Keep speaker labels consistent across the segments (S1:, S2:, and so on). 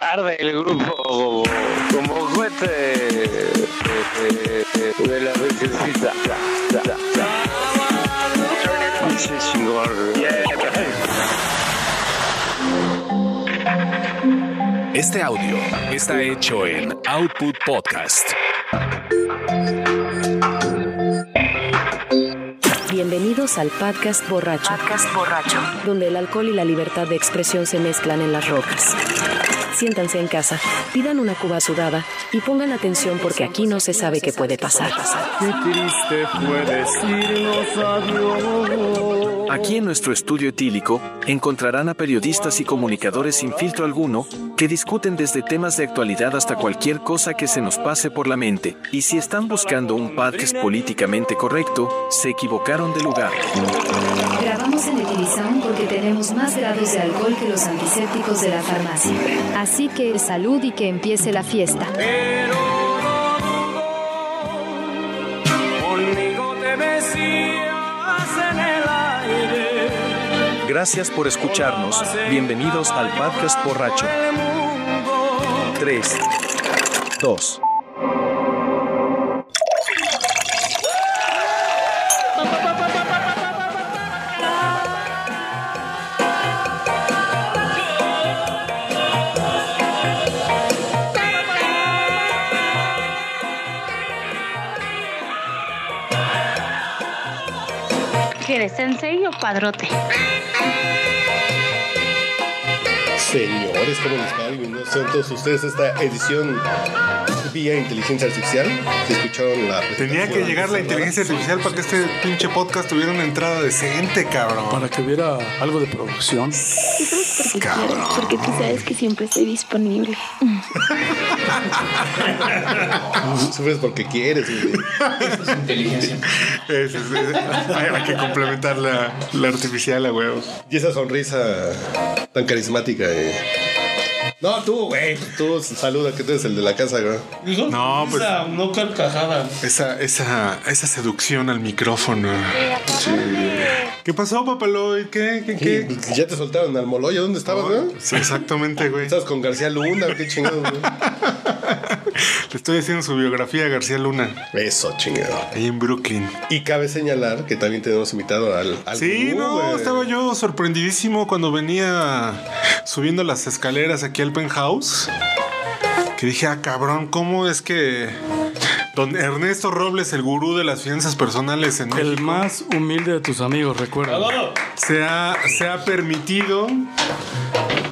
S1: arde el grupo como, como cohete de, de, de la virgencita. Dice chingón.
S2: Este audio está hecho en Output Podcast.
S3: Bienvenidos al podcast borracho. Donde el alcohol y la libertad de expresión se mezclan en las rocas. Siéntanse en casa, pidan una cuba sudada y pongan atención porque aquí no se sabe qué puede pasar.
S4: Qué triste fue decirnos adiós.
S2: Aquí en nuestro estudio etílico encontrarán a periodistas y comunicadores sin filtro alguno que discuten desde temas de actualidad hasta cualquier cosa que se nos pase por la mente. Y si están buscando un podcast políticamente correcto, se equivocaron de lugar.
S5: Grabamos en Equilizán porque tenemos más grados de alcohol que los antisépticos de la farmacia. Así que salud y que empiece la fiesta.
S4: Pero no duró. Conmigo te mecías en el aire.
S2: Gracias por escucharnos. Bienvenidos al podcast borracho.
S4: El mundo
S2: 3, 2,
S6: ¿Qué eres, sensei o padrote?
S7: Señores, ¿cómo les va? Bienvenidos sean todos ustedes a esta edición vía inteligencia artificial. ¿Se escucharon la
S8: Tenía que
S7: presentación
S8: llegar
S7: de
S8: la
S7: Sandra?
S8: inteligencia artificial para que este pinche podcast tuviera una entrada decente, cabrón.
S9: Para que hubiera algo de producción.
S10: Eso es porque quiero, porque tú sabes que siempre estoy disponible.
S7: Sufres porque quieres, güey.
S8: Es- es- es- hay que complementar la, la artificial a huevos.
S7: Y esa sonrisa tan carismática, eh. No, tú, güey. Tú saluda, que tú eres el de la casa, güey.
S8: No, pues
S11: No carcajada.
S8: esa, esa, esa seducción al micrófono. ¿Qué pasó, papaloy? ¿Qué? ¿Qué?
S7: ¿Qué?
S8: ¿Qué?
S7: Ya te soltaron al moloyo. ¿Dónde estabas, güey?
S8: Sí, exactamente, güey.
S7: Estabas con García Luna, qué chingado, güey.
S8: Le estoy haciendo su biografía a García Luna,
S7: Eso, chingado.
S8: ahí en Brooklyn.
S7: Y cabe señalar que también tenemos invitado al. al
S8: Sí,
S7: gurú,
S8: no,
S7: güey.
S8: estaba yo sorprendidísimo cuando venía subiendo las escaleras aquí al penthouse. Que dije, ah, cabrón, ¿cómo es que don Ernesto Robles, el gurú de las finanzas personales en
S9: El
S8: México,
S9: más humilde de tus amigos, recuerda.
S8: se ha, se ha permitido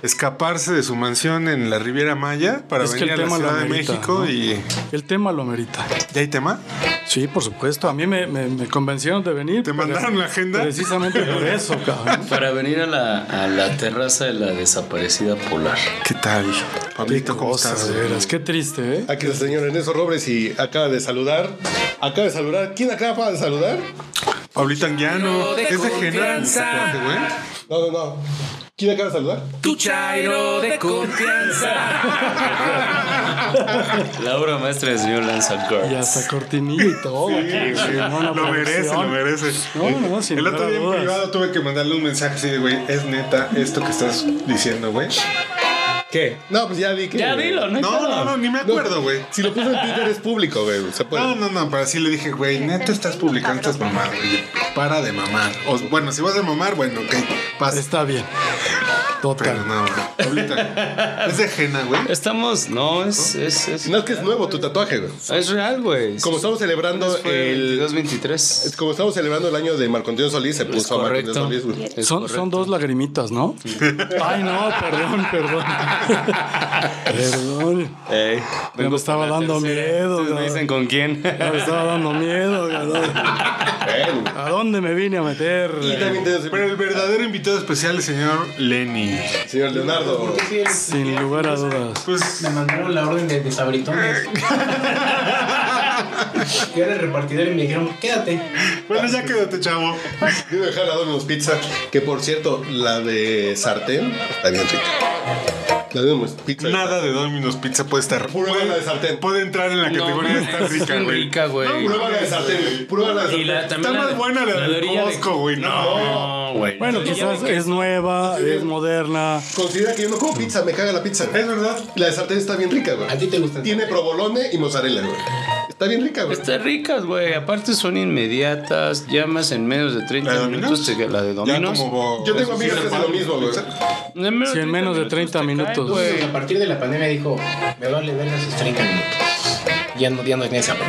S8: escaparse de su mansión en la Riviera Maya para
S9: Es que el
S8: venir a la
S9: tema lo
S8: Ciudad de
S9: amerita,
S8: México
S9: ¿no?
S8: y...
S9: El tema lo merita.
S8: ¿Ya hay tema?
S9: Sí, por supuesto. A mí me, me- me convencieron de venir.
S8: ¿Te
S9: pero-
S8: mandaron la agenda?
S9: Precisamente por eso, cabrón.
S11: Para venir a la, a la terraza de la desaparecida polar.
S8: ¿Qué tal? Pablito, ¿cómo
S9: Cosas,
S8: estás?
S9: de veras. Qué triste, ¿eh?
S7: Aquí está el señor Ernesto Robles y acaba de saludar. Acaba de saludar. ¿Quién acaba de saludar?
S8: Pablito Anguiano. ¿Es de Genaro? Cuate, güey?
S7: No, no, no. ¿Quién acaba de saludar?
S4: Tu chairo de confianza.
S11: La obra maestra del señor Lance
S9: Y
S11: Alcorn.
S9: hasta cortinilla y todo. aquí,
S8: Sí,
S9: Simona,
S8: lo merece, lo
S9: producción.
S8: merece.
S9: No, no, sin
S8: El otro
S9: lugar a
S8: día en
S9: dudas.
S8: privado tuve que mandarle un mensaje así de, güey, es neta esto que estás diciendo, güey.
S7: ¿Qué? No, pues ya vi que.
S11: Ya dilo, no hay
S8: No,
S11: pedo.
S8: no, no, ni me acuerdo, güey.
S7: Si lo puso en Twitter es público, güey. Se puede.
S8: No, no, no, pero sí le dije, güey, neta estás publicando estas mamadas, güey. Para de mamar. O, bueno, si vas a mamar, bueno, ok, pasa.
S9: Está bien.
S8: Pero
S9: Total.
S8: no, ahorita. Es de Jena, güey.
S11: Estamos, no, es, es, es,
S7: No es que es nuevo tu tatuaje, güey.
S11: es real, güey.
S7: Como estamos celebrando
S11: el
S7: el.
S11: 22-23.
S7: Como estamos celebrando el año de Marco Antonio Solís, se puso a Marco Antonio
S11: correcto.
S7: Solís, güey.
S11: Es
S9: Son, son dos lagrimitas, ¿no? Ay, no, perdón, perdón. perdón.
S11: Ey,
S9: me
S11: vengo
S9: estaba
S11: con la
S9: dando
S11: tercera.
S9: miedo,
S11: Ustedes
S9: cabrón.
S11: Me dicen con quién.
S9: Ya Me estaba dando miedo, cabrón.
S7: Bueno.
S9: ¿A dónde me vine a meter?
S7: Y también tenemos
S8: Pero el verdadero invitado especial es el señor Lenny.
S7: el señor Leonardo.
S9: Sin lugar a dudas.
S8: Pues,
S11: mandaron la orden de desabritones. Yo era el repartidor y me dijeron, quédate.
S8: bueno, ya quédate, chavo.
S7: Quiero dejar a Domino's Pizza, que por cierto, la de sartén está bien rica.
S8: Nada de Domino's Pizza puede estar. Puede, puede entrar en la
S12: No,
S8: categoría de
S12: mames,
S8: estar rica,
S12: es
S8: güey.
S12: rica, güey.
S8: No, prueba la de sartén. Prueba la de
S12: Y la-
S8: sartén.
S12: también
S8: Está
S12: la
S8: más
S12: de-
S8: buena la,
S12: la de
S8: de
S12: orilla de-
S8: Costco, güey. No,
S12: güey.
S9: Bueno, quizás es nueva, es moderna.
S7: Considera que yo no como pizza, me caga la pizza. Es
S8: verdad.
S7: La de sartén está bien rica, güey. A ti te gusta. Tiene provolone y mozzarella, güey. Está bien rica, güey.
S12: Están ricas, güey. Aparte son inmediatas. Llamas en menos de 30 minutos. Te, la de Dominos.
S7: Yo tengo amigas que hacen lo mismo, güey.
S9: Si en menos de 30 minutos.
S13: Güey, a partir de la pandemia dijo, me vale ver esos 30 minutos. Ya no, ya no es esa, güey.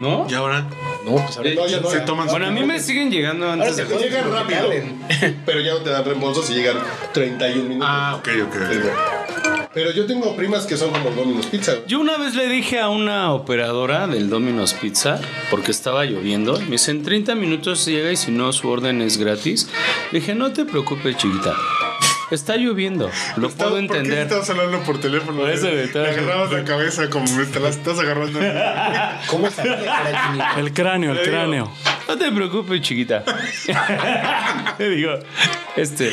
S12: ¿No?
S8: ¿Y ahora?
S13: No, pues ahorita
S7: No, ya no.
S13: se
S8: toman
S12: Bueno, a mí me siguen llegando
S7: Ahora
S12: antes
S7: se
S12: de
S7: puede llegar rápido. Pero ya no te dan reembolso si llegan 31 minutos. Ah,
S8: ok, ok.
S7: Pero yo tengo primas que son como Domino's Pizza, güey.
S12: Yo una vez le dije a una operadora del Domino's Pizza, porque estaba lloviendo, me dice, en 30 minutos llega y si no, su orden es gratis. Le dije, no te preocupes, chiquita. Está lloviendo, lo puedo
S8: ¿Por qué
S12: entender.
S8: estabas hablando por teléfono? güey?
S12: Eso de-
S8: Te agarrabas la cabeza como te la estás agarrando.
S13: ¿Cómo está?
S9: El cráneo, el
S12: Le digo,
S9: cráneo.
S12: No te preocupes, chiquita. Le digo, este,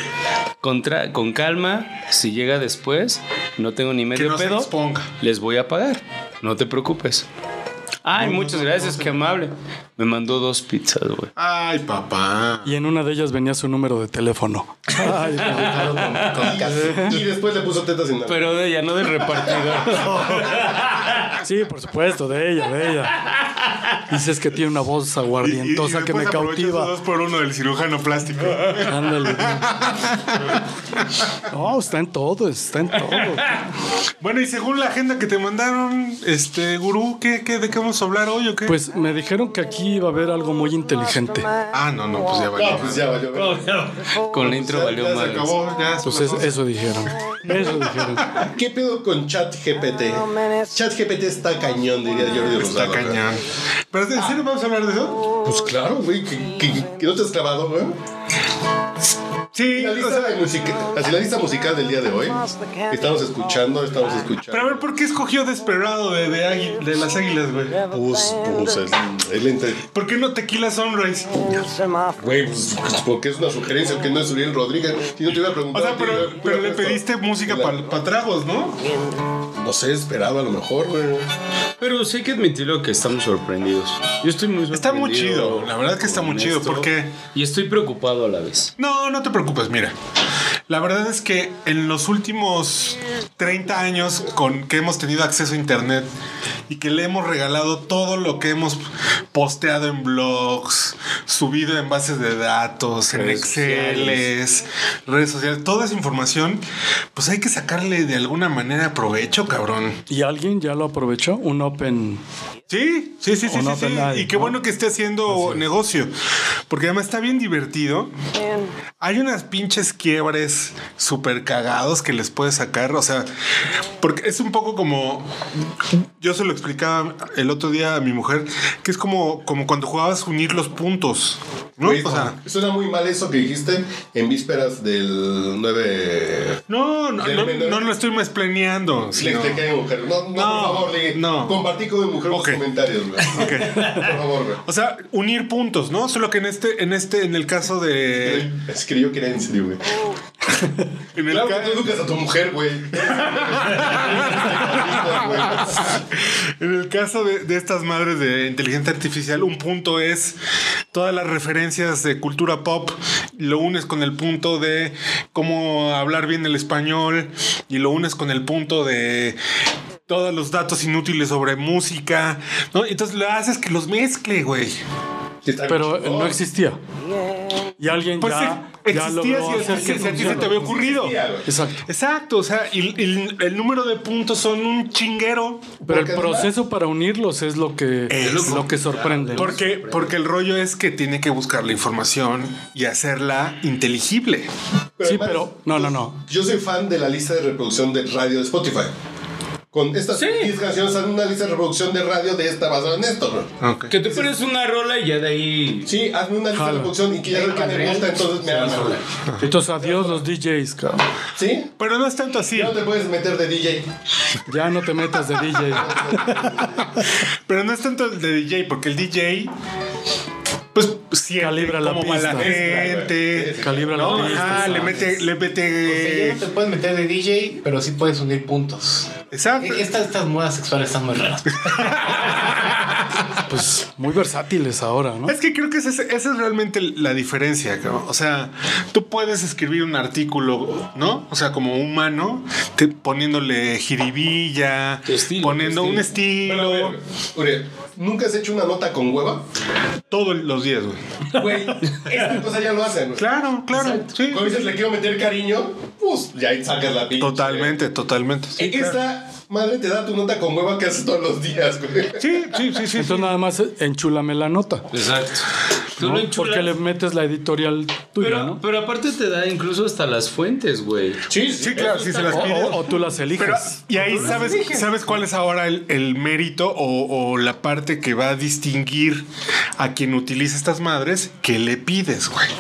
S12: contra- con calma, si llega después, no tengo ni medio
S8: no se
S12: pedo,
S8: exponga.
S12: les voy a pagar. No te preocupes. Ay, muchas gracias, qué amable. Me mandó dos pizzas, güey.
S8: Ay, papá.
S9: Y en una de ellas venía su número de teléfono. Ay,
S7: Y, y después le puso tetas sin nada.
S12: Pero de ella, no del repartidor.
S9: Sí, por supuesto, de ella, de ella. Dices que tiene una voz aguardientosa que me cautiva.
S8: Dos por uno del cirujano plástico.
S9: Ándale. No, está en todo, está en todo.
S8: Bueno, y según la agenda que te mandaron, este, gurú, ¿qué, qué, ¿de qué vamos a hablar hoy o qué?
S9: Pues me dijeron que aquí iba a haber algo muy inteligente.
S8: Ah, no, no, pues ya valió.
S7: No, pues ya valió. güey.
S12: Con la intro valió
S8: Oh, ya se
S12: madres.
S8: acabó, ya.
S9: Pues es- eso dijeron. Eso dijeron.
S7: ¿Qué pedo con ChatGPT? ChatGPT está cañón, diría Jordi Rosado.
S8: Está cañón. ¿Pero en serio vamos a hablar de eso?
S7: Pues claro, güey, que, que- que no te has clavado, güey.
S8: Sí,
S7: la lista de música, así la lista musical del día de hoy. Estamos escuchando, estamos escuchando.
S8: Pero a ver, ¿por qué escogió Desperado de, de, águi- de las águilas, güey?
S7: Pues, pues, es, es la inter-
S8: ¿Por qué no Tequila Sunrise?
S7: Güey, pues, pues, porque es una sugerencia que no es Uriel Rodríguez. Si no te iba a
S8: O
S7: preguntar.
S8: sea,
S7: te
S8: pero,
S7: hubiera-
S8: pero
S7: hubiera puesto-
S8: le pediste música para tragos, ¿no?
S7: No sé, esperaba a lo mejor, güey.
S12: Pero sí hay que admitirlo que estamos sorprendidos. Yo estoy muy sorprendido.
S8: Está muy chido, la verdad que está muy
S12: con
S8: chido,
S12: esto.
S8: porque...
S12: Y estoy preocupado a la vez.
S8: No, no te preocupes, mira. La verdad es que en los últimos 30 años con que hemos tenido acceso a internet y que le hemos regalado todo lo que hemos posteado en blogs, subido en bases de datos, en
S12: Redes
S8: Excel,
S12: sociales.
S8: redes sociales, toda esa información, pues hay que sacarle de alguna manera provecho, cabrón.
S9: ¿Y alguien ya lo aprovechó? Un open.
S8: Sí, sí, sí, sí,
S9: O
S8: sí,
S9: no
S8: sí.
S9: penal,
S8: Y qué
S9: ¿no?
S8: bueno que esté haciendo negocio. Porque además está bien divertido. Hay unas pinches quiebres súper cagados que les puedes sacar. O sea, porque es un poco como. Yo se lo explicaba el otro día a mi mujer, que es como, como cuando jugabas unir los puntos. ¿No?
S7: Güey,
S8: O sea.
S7: suena muy mal eso que dijiste en vísperas del 9.
S8: No, no, no, no lo estoy más planeando.
S7: Si le te cae mujer. No, no,
S8: No,
S7: por favor, le
S8: no.
S7: compartí con mi mujer
S8: Ok.
S7: los comentarios, güey. Por favor, güey.
S8: O sea, unir puntos, ¿no? Solo que en este, en este, en el caso de.
S7: Es que yo quería en serio, güey.
S8: En el
S7: Claro
S8: ca-
S9: pues,
S7: que tú educas a tu mujer, güey.
S12: Este
S8: En el caso de, de estas madres de inteligencia artificial, un punto es todas las referencias de cultura pop, lo unes con el punto de cómo hablar bien el español y lo unes con el punto de todos los datos inútiles sobre música, ¿no? Entonces lo haces que los mezcle, güey.
S9: Pero eh, no existía. Y alguien
S8: Pues
S9: ya.
S8: e-
S9: ya
S8: existía
S9: logró
S8: si,
S9: hacer
S8: si-
S9: que
S8: si a ti se te
S9: funcionara.
S8: había ocurrido.
S9: Exacto.
S8: Exacto, o sea, y, y el número de puntos son un chinguero.
S9: Pero el
S8: Porque además-
S9: proceso para unirlos es lo que,
S8: Es
S9: lo que sorprende. ¿no?
S8: Porque, porque el rollo es que tiene que buscar la información y hacerla inteligible.
S9: sí,
S7: además-
S9: pero no, no, no.
S7: Yo soy fan de la lista de reproducción de radio de Spotify. Con estas 10 canciones hacen una lista de reproducción de radio de esta basada en esto, güey.
S12: Que tú pones una rola y ya de ahí.
S7: Sí, hazme una lista de reproducción y que ya lo que me gusta, entonces me ama, güey.
S9: Entonces, adiós los DJs, cabrón.
S7: ¿Sí?
S8: Pero no es tanto así.
S7: Ya no te puedes meter de DJ.
S9: Ya no te metas de DJ.
S8: Pero no es tanto el de DJ, porque el DJ. Pues siente
S9: Calibra la
S8: cómo va la
S9: pista.
S8: gente.
S9: Calibra la
S8: ¿no?
S9: pista.
S8: Ajá, le mete, le mete.
S7: Pues,
S12: no te puedes meter de DJ, pero sí puedes unir puntos.
S8: Exacto.
S12: Estas, estas modas sexuales están muy raras.
S9: Pues muy versátiles ahora, ¿no?
S8: Es que creo que esa es, esa es realmente la diferencia, cabrón. O sea, tú puedes escribir un artículo, ¿no? O sea, como humano, te- poniéndole jiribilla, poniendo un estilo.
S7: Uriel, ¿nunca has hecho una nota con hueva?
S8: Todos los días, güey.
S7: Güey, esta cosa ya lo hacen.
S8: Claro, claro. Sí.
S7: Cuando dices le quiero meter cariño, pues ya ahí sacas la pinche. E
S8: Totalmente, totalmente. Sí,
S7: esta madre te da tu nota con hueva que haces todos los días, güey.
S8: Sí, sí, sí, sí.
S9: Entonces nada más eh, enchúlame la nota.
S11: Exacto. Tú
S9: ¿no?
S11: lo enchulas.
S9: Porque le metes la editorial tuya,
S11: Pero,
S9: ¿no?
S11: pero aparte te da incluso hasta las fuentes, güey.
S8: Sí, sí, claro, si se las
S9: O,
S8: pides.
S9: o- o tú las
S8: Pero,
S9: eliges.
S8: y ahí sabes, sabes cuál es ahora el, el mérito o, o la parte que va a distinguir a quien utiliza estas madres que le pides, güey.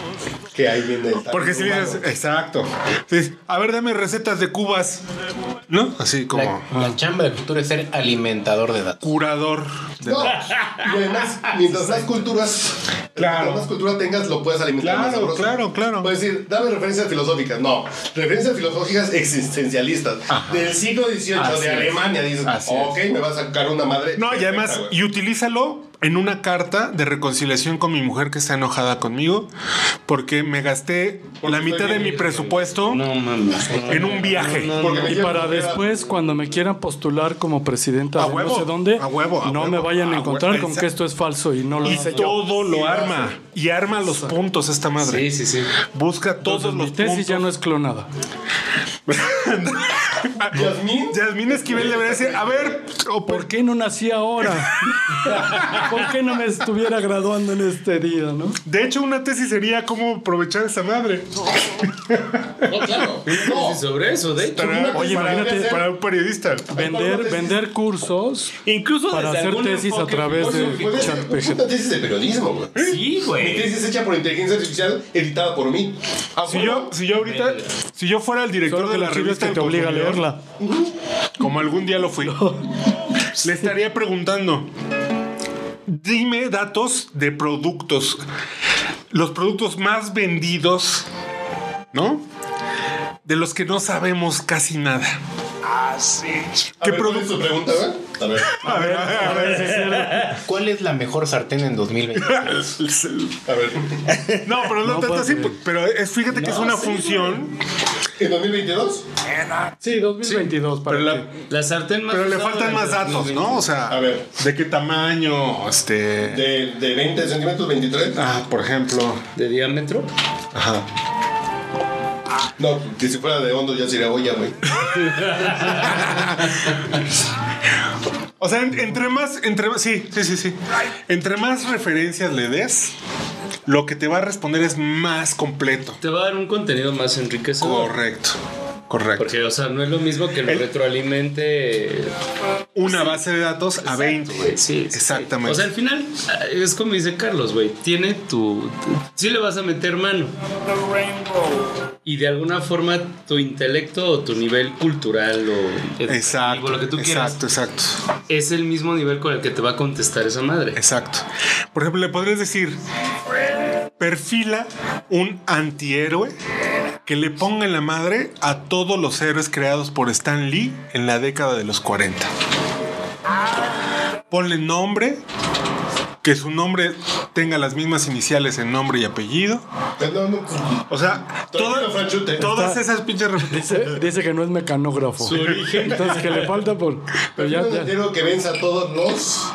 S7: Que ahí viene el
S8: Porque si le dices, exacto. Si dices, a ver, dame recetas de cubas. ¿No? Así como ah.
S12: La, la chamba del futuro es ser alimentador de datos.
S8: curador. eh, de
S7: No,
S8: la-
S7: y además, mientras más culturas, mientras más cultura tengas, lo puedes alimentar.
S8: Claro,
S7: más sabroso.
S8: claro, claro.
S7: Puedes decir, dame referencias filosóficas. No, referencias filosóficas existencialistas del siglo XVIII
S8: Así
S7: de
S8: es.
S7: Alemania. Dices,
S8: Así es.
S7: ok, me vas a sacar una madre.
S8: No, y además,
S7: perfecta, güey".
S8: y utilízalo en una carta de reconciliación con mi mujer que está enojada conmigo porque me gasté la mitad de mi presupuesto en un viaje.
S7: Porque me
S9: Y
S7: quiero
S9: para
S7: coger a-
S9: después, cuando me quieran postular como presidenta
S8: A
S9: de
S8: huevo,
S9: no sé dónde,
S8: a huevo, a
S9: no
S8: huevo,
S9: me vayan
S8: a
S9: a encontrar
S8: huevo,
S9: con que
S8: exacto.
S9: esto es falso y no lo
S8: Y
S9: hice yo.
S8: todo lo arma. Y arma los puntos esta madre.
S11: Sí, sí, sí.
S8: Busca todos
S9: Entonces, mi
S8: los
S9: tesis
S8: puntos.
S9: ya no es clonada.
S7: Yasmín,
S8: Yasmín Esquivel debería decir, a ver, o por-
S9: ¿Por qué no nací ahora? ¿Por qué no me estuviera graduando en este día, no?
S8: de hecho una tesis sería cómo aprovechar esa madre.
S7: No, claro. No.
S11: Y sobre eso, de hecho.
S8: Para,
S9: Oye,
S8: para-
S9: imagínate-
S8: para un periodista.
S9: Vender, vender cursos
S11: Incluso
S9: para
S11: desde
S9: hacer
S11: algún
S9: tesis a
S11: enfoque
S9: través
S11: filosófico.
S9: de
S7: Puede ser
S9: chat
S7: una
S9: PG.
S7: puta tesis de periodismo, güey.
S11: Sí,
S7: Mi
S11: güey.
S7: tesis hecha por inteligencia artificial editada por mí. Ah,
S8: Si
S7: bueno.
S8: yo, si yo ahorita, si yo fuera el director
S9: Solo
S8: de
S9: que
S8: la
S9: lo chido es
S8: revista
S9: que
S8: El
S9: te obliga a
S8: Consumidor,
S9: leerla.
S8: como algún día lo fui, le estaría preguntando, dime datos de productos, los productos más vendidos, ¿no? De los que no sabemos casi nada.
S7: A
S8: ¿Qué
S7: ver, ¿cuál es
S8: producto?
S7: tu pregunta, güey? A ver.
S8: A ver, a ver,
S12: ¿Cuál es la mejor sartén en 2020?
S7: A ver.
S8: No, pero no,
S9: No,
S8: tanto así,
S9: padre.
S8: pero es, fíjate que es una función,
S7: ¿En 2022?
S9: Sí, 2022 para
S8: pero
S9: ti.
S8: la-
S11: La sartén más
S8: pero le
S11: usada
S8: faltan
S11: de
S8: más datos,
S11: 2020.
S8: ¿no? O sea,
S7: A ver.
S8: de qué tamaño, este...
S7: De, de 20 centímetros, 23.
S8: Ah, por ejemplo.
S11: ¿De diámetro?
S8: Ajá.
S7: No, que si fuera de hondo ya sería olla, güey.
S8: O sea, en- entre más, entre más, sí, sí, sí, sí. Entre más referencias le des, lo que te va a responder es más completo.
S11: Te va a dar un contenido más enriquecedor.
S8: Correcto. Correcto.
S11: Porque, o sea, no es lo mismo que lo
S8: El-
S11: retroalimente.
S8: Una base de datos a 20.
S11: güey, sí, sí, sí.
S8: Exactamente.
S11: O sea, al final, ah, es como dice Carlos, güey. Tiene tu, tu- Sí le vas a meter mano. Y de alguna forma, tu intelecto o tu nivel cultural o. educativo,
S8: exacto.
S11: Lo que tú quieras.
S8: exacto, exacto.
S11: Es el mismo nivel con el que te va a contestar esa madre.
S8: Exacto. Por ejemplo, le podrías decir, perfila un antihéroe que le ponga en la madre a todos los héroes creados por Stan Lee en la década de los 40. Ponle nombre, que su nombre tenga las mismas iniciales en nombre y apellido.
S7: No, no, pues,
S8: O sea,
S7: Tranquilo,
S8: toda-
S7: Franchute.
S8: todas esas pinches referencias.
S9: Dice, dice que no es mecanógrafo.
S11: Su origen.
S9: Entonces que le falta por. Pero ya,
S7: prefiero un
S9: ya.
S7: entero que venza a todos los.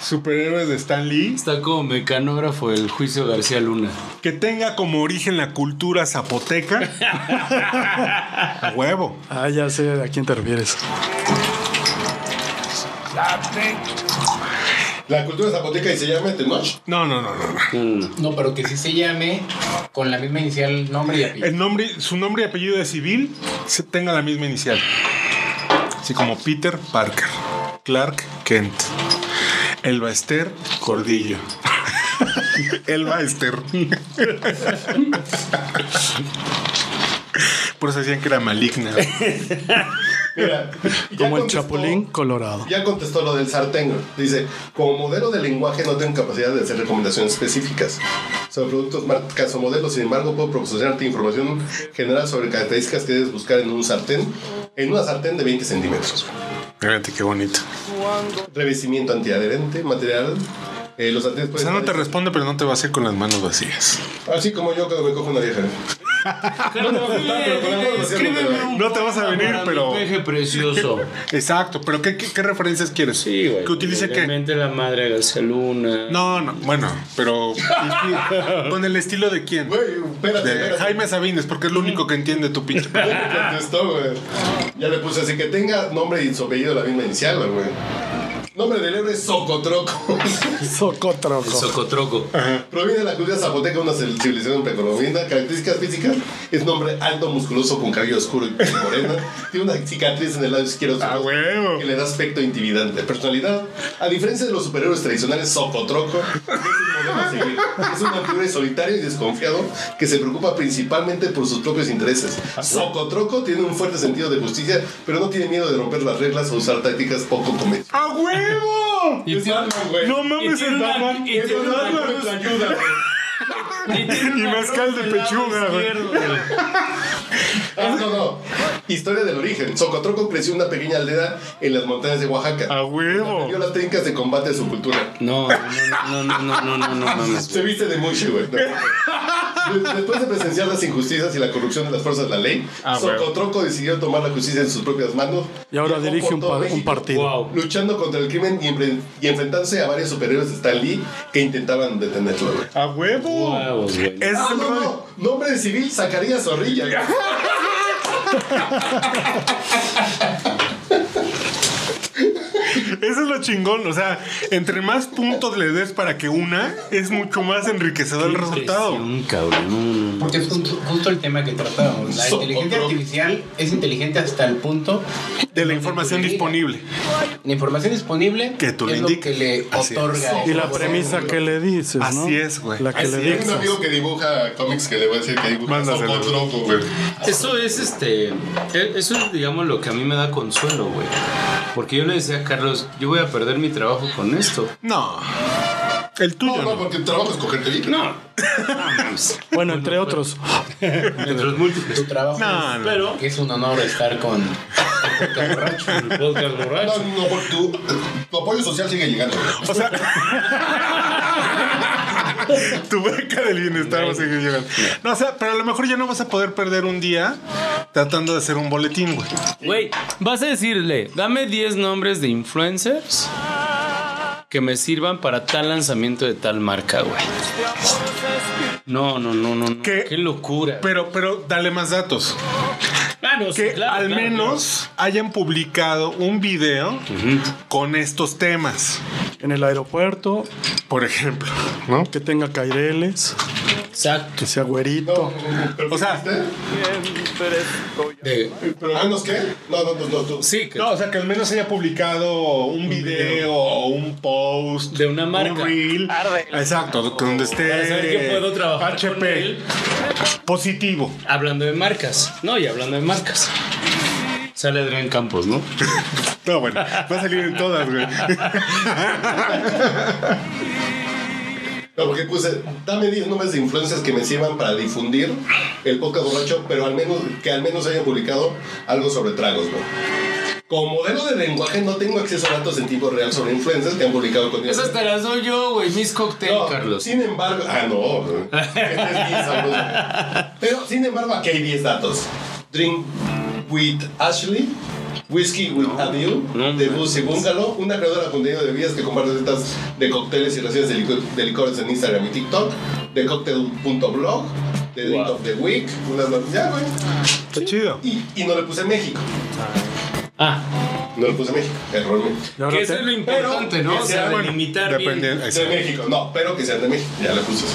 S8: superhéroes de Stan Lee,
S11: Está como mecanógrafo el juicio García Luna.
S8: que tenga como origen la cultura zapoteca. A huevo.
S9: Ah, ya sé a quién te refieres.
S7: La cultura zapoteca y se llama este Tenoch.
S8: No, no, no, no. no.
S12: No, pero que sí se llame con la misma inicial nombre y apellido.
S8: El nombre, su nombre y apellido de civil se tenga la misma inicial. Así como Peter Parker, Clark Kent, Elba Esther Cordillo. Elba Esther. Por eso decían que era maligna.
S7: Mira,
S9: Como el
S7: contestó-
S9: Chapulín Colorado.
S7: Ya contestó lo del sartén. Dice, como modelo de lenguaje no tengo capacidad de hacer recomendaciones específicas sobre productos, marcas o modelos. Sin embargo, puedo proporcionarte información general sobre características que debes buscar en un sartén, en una sartén de 20 centímetros.
S8: Fíjate qué bonito.
S7: Revestimiento antiadherente, material. eh, los sartenes
S8: O
S7: pueden
S8: sea, no te
S7: estar-
S8: responde, pero no te va a hacer con las manos vacías.
S7: Así como yo cuando me cojo una vieja.
S8: No te vas a venir, pero.
S11: peje precioso.
S8: Exacto, pero ¿qué, qué, qué referencias quieres? Sí, güey. Que utilice qué.
S11: Realmente la madre García Luna.
S8: No, no, bueno, pero. ¿Con el estilo de quién? de Jaime Sabines, porque es lo único que entiende tu pinche.
S7: Contestó, güey. Ya le puse así que tenga nombre y su apellido la misma inicial, güey. Nombre del héroe es Socotroco.
S9: Socotroco.
S11: Socotroco.
S8: Ah.
S7: Proviene de la cultura zapoteca, una civilización precolombina. Características físicas: es nombre alto, musculoso, con cabello oscuro y piel morena. Tiene una cicatriz en el lado izquierdo de su rostro que le da aspecto intimidante. Personalidad: a diferencia de los superhéroes tradicionales, Socotroco es un modelo a seguir. Es un antihéroe solitario y desconfiado que se preocupa principalmente por sus propios intereses. Socotroco tiene un fuerte sentido de justicia, pero no tiene miedo de romper las reglas o usar tácticas poco convencionales.
S8: ¡A huevo!
S7: Es Batman, güey.
S8: No mames,
S7: Y tiene
S8: el
S7: una-
S8: Batman.
S7: y tiene
S8: El
S7: una
S8: Batman
S7: cruz
S8: es-
S7: de ayuda, güey.
S8: Y mezcal de pechuga, güey.
S7: Ah, no, no. Historia del origen. Socotroco creció en una pequeña aldea en las montañas de Oaxaca.
S9: Ah,
S7: ¡A
S8: huevo!
S7: Vio las técnicas de combate de su cultura.
S11: No, no, no, no, no, no, no, no mames.
S7: Se viste de mushi, güey. No. De- Después de presenciar las injusticias y la corrupción de las fuerzas de la ley,
S9: Ah, huevo.
S7: Socotroco decidió tomar la justicia en sus propias manos.
S9: Y ahora
S7: Viajó
S9: dirige
S7: por
S9: un
S7: todo
S9: pa- un
S7: México,
S9: partido.
S7: Luchando contra el crimen y, empre- y enfrentándose a varios superhéroes de Stan Lee que intentaban detenerlo, güey.
S8: ¡A huevo!
S7: Es ah, no, no. Nombre de civil, Zacarías Zorrilla.
S8: Eso es lo chingón, o sea, entre más puntos le des para que una, es mucho más enriquecedor el resultado.
S12: Porque es justo, justo el tema que tratábamos. La inteligencia artificial es inteligente hasta el punto
S8: de la información disponible.
S12: La información disponible
S8: Que tú
S12: es
S8: le
S12: lo
S8: indiques.
S12: que le
S8: Así
S12: otorga.
S8: es.
S12: el
S9: Y la
S12: poder.
S9: premisa que le dices, ¿no?
S8: Así es, güey.
S9: La que
S7: Así
S9: le
S7: es. Tengo un
S9: dices.
S7: amigo que dibuja cómics que le voy a decir que dibuja Socotroco, güey.
S11: Eso es este. e- Eso es, digamos, lo que a mí me da consuelo, güey. Porque yo le decía a Carlos, yo voy a perder mi trabajo con esto.
S8: No. El tuyo.
S7: No, no, porque tu trabajo es cogerte bien.
S11: No.
S9: Bueno, entre otros.
S11: entre los múltiples.
S12: Tu trabajo
S9: No,
S12: es,
S9: no.
S12: pero es un honor estar con
S11: El podcast borracho.
S7: No, no, porque tu, tu apoyo social sigue llegando.
S8: O sea, tu beca del bienestar va a seguir llegando. No, o sea, pero a lo mejor ya no vas a poder perder un día tratando de hacer un boletín, güey.
S11: Güey, vas a decirle, dame 10 nombres de influencers que me sirvan para tal lanzamiento de tal marca, güey. No, no, no, no. no. ¿Qué? locura. Ah,
S8: Pero, pero dale más datos. que al menos hayan publicado un video con estos temas.
S9: En el aeropuerto.
S8: Por ejemplo.
S9: Que tenga caireles.
S11: Exacto.
S9: Que sea güerito.
S8: O sea,
S7: ¿Pero al menos qué? No, no, no, no. tú.
S11: Sí, que-
S8: No, o sea, que al menos haya publicado un video o un post. De
S11: una marca.
S8: Un reel. Exacto, que donde esté.
S11: Para saber que puedo trabajar
S8: HP.
S11: con él.
S8: Positivo.
S11: Hablando de marcas. No, y hablando de marcas. Sale Adrián Campos, ¿no?
S8: No, bueno, va a salir en todas, güey.
S7: No, porque puse, dame 10 nombres de influencias que me sirvan para difundir el podcast borracho, pero al menos, que al menos hayan publicado algo sobre tragos, güey. Como modelo de lenguaje no tengo acceso a datos en tiempo real sobre influencias que han publicado con
S11: Esas te las doy yo, güey. Mis cócteles, Carlos.
S7: Sin embargo, ah, no. Este es bien sabroso. Pero, sin embargo, aquí hay 10 datos. Drink with Ashley. Whiskey with Adil, de Boozy Bungalow, una creadora de contenido de bebidas que comparte recetas de cócteles y recetas de, licu- de licores en Instagram y TikTok, de cocktail.blog, de Drink of the Week, unas no- ya, güey.
S8: Está chido.
S7: Y, y no le puse México.
S11: Ah.
S7: No le puse México, error mío.
S11: Que eso es lo importante,
S7: Pero
S11: ¿no?
S7: que
S11: O sea,
S7: sea, bueno,
S11: delimitar bien.
S7: De México, no, pero que sean de México. Ya le puse eso.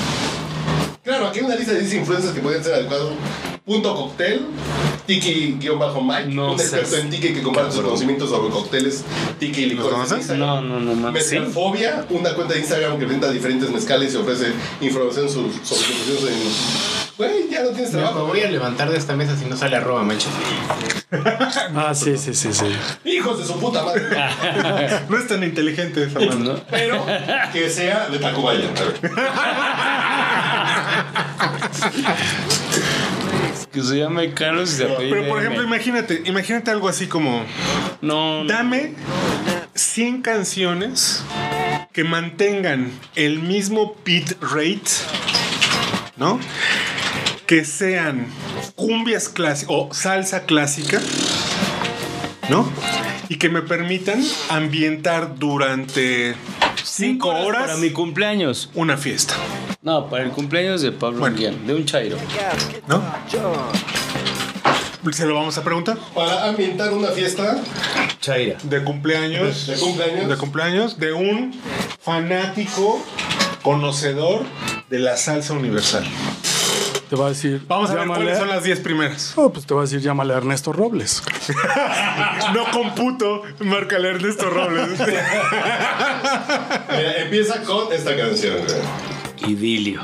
S7: Claro, aquí hay una lista de 10 influencias que podrían ser adecuados. Punto cóctel, Tiki-Mike, un experto en tiki que comparte sus conocimientos sobre cócteles, tiki y licores. en Instagram.
S12: No, no, no, mames. Sí.
S7: Mezcalfobia, una cuenta de Instagram que venta diferentes mezcales y ofrece información sobre sobre sus en... Güey, ya no tienes
S14: Me
S7: trabajo.
S14: voy a levantar de esta mesa si no sale arroba manches.
S9: Ah, sí, sí, sí, sí.
S7: Hijos de su puta madre.
S8: No es tan inteligente esa mano.
S7: Pero que sea de Tacubaya.
S12: Que se llame Carlos y se apellide
S8: Pero
S12: M.
S8: por ejemplo, imagínate, imagínate algo así como
S12: no,
S8: dame 100 canciones que mantengan el mismo beat rate, ¿no? Que sean cumbias clásicas o salsa clásica, ¿no? Y que me permitan ambientar durante 5 horas
S12: para mi cumpleaños.
S8: una fiesta,
S12: No, para el cumpleaños de Pablo Guillén, de un chairo.
S8: ¿no? ¿Se lo vamos a preguntar?
S7: Para ambientar una fiesta
S12: Chaira.
S8: de cumpleaños.
S7: de cumpleaños.
S8: de cumpleaños de un fanático conocedor de la salsa universal.
S9: Te va a decir.
S8: Vamos a ver
S9: llámale
S8: cuáles son las 10 primeras.
S9: No, pues te va a decir, llámale a Ernesto Robles.
S8: No computo, márcale a Ernesto Robles.
S7: Mira, eh, empieza con esta canción. güey.
S12: Idilio.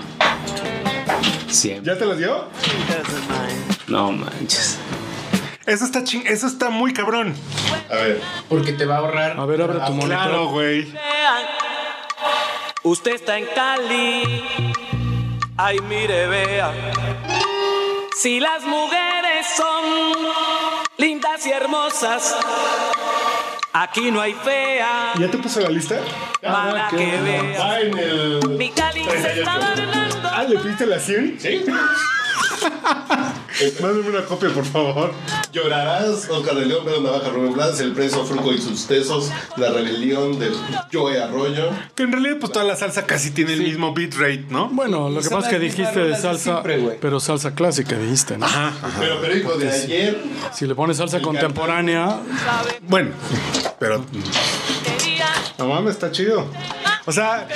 S12: Siempre.
S8: ¿Ya te las dio?
S12: No manches.
S8: Eso está ching, eso está muy cabrón.
S7: A ver.
S14: Porque te va a ahorrar.
S9: A ver, abre tu monitor.
S8: Claro, güey.
S2: Usted está en Cali. Ay, mire, vea. Si las mujeres son lindas y hermosas, aquí no hay fea.
S8: ¿Ya te puso la lista?
S2: Para que vea.
S7: Va en el.
S2: Mi Cali se está bailando.
S8: Ah, ¿le pediste la 100?
S7: ¿Sí?
S8: Mándame una copia, por favor.
S7: Llorarás, Oscar de León, Pedro Navaja, Rubén Blas, El Preso, Fruco y sus Tesos, La Rebelión de Joe Arroyo.
S8: Que en realidad, pues toda la salsa casi tiene el mismo beat rate, ¿no?
S9: Bueno, lo que pasa es que dijiste de salsa, pero salsa clásica dijiste, ¿no?
S7: Pero periódico de ayer.
S9: Si le pones salsa contemporánea,
S8: Bueno, pero. No mames, está chido. O sea,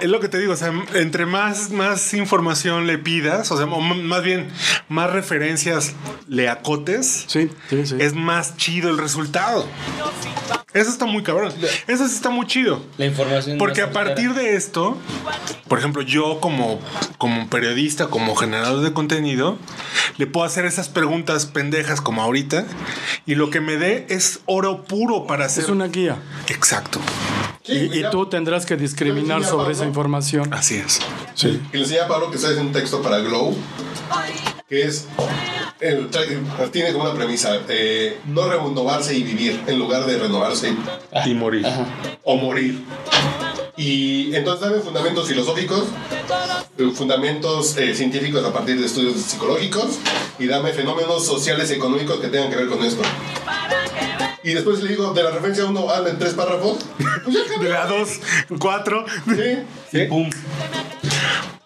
S8: es lo que te digo, o sea, entre más, más información le pidas, o sea, o m- más bien, más referencias le acotes,
S9: sí, sí, sí.
S8: es más chido el resultado. Eso está muy cabrón. Eso sí está muy chido.
S12: La información.
S8: Porque
S12: más
S8: a partir de esto, por ejemplo, yo como, como periodista, como generador de contenido, le puedo hacer esas preguntas pendejas como ahorita y lo que me dé es oro puro para hacer...
S9: Es una guía.
S8: Exacto,
S9: Y, y tú tendrás que discriminar sobre esa información.
S8: así es.
S9: Sí.
S7: Que le enseñé a Pablo que sabes un texto para Glow, que es. eh, tra- tiene como una premisa: eh, no renovarse y vivir, en lugar de renovarse
S8: Y morir.
S7: o morir. Y entonces dame fundamentos filosóficos, eh, fundamentos eh, científicos a partir de estudios psicológicos y dame fenómenos sociales y económicos que tengan que ver con esto. Y después le digo, de la referencia 1 habla en tres párrafos. Pues ya
S8: De
S7: cabrón.
S8: la 2, 4.
S7: Sí.
S8: Y pum.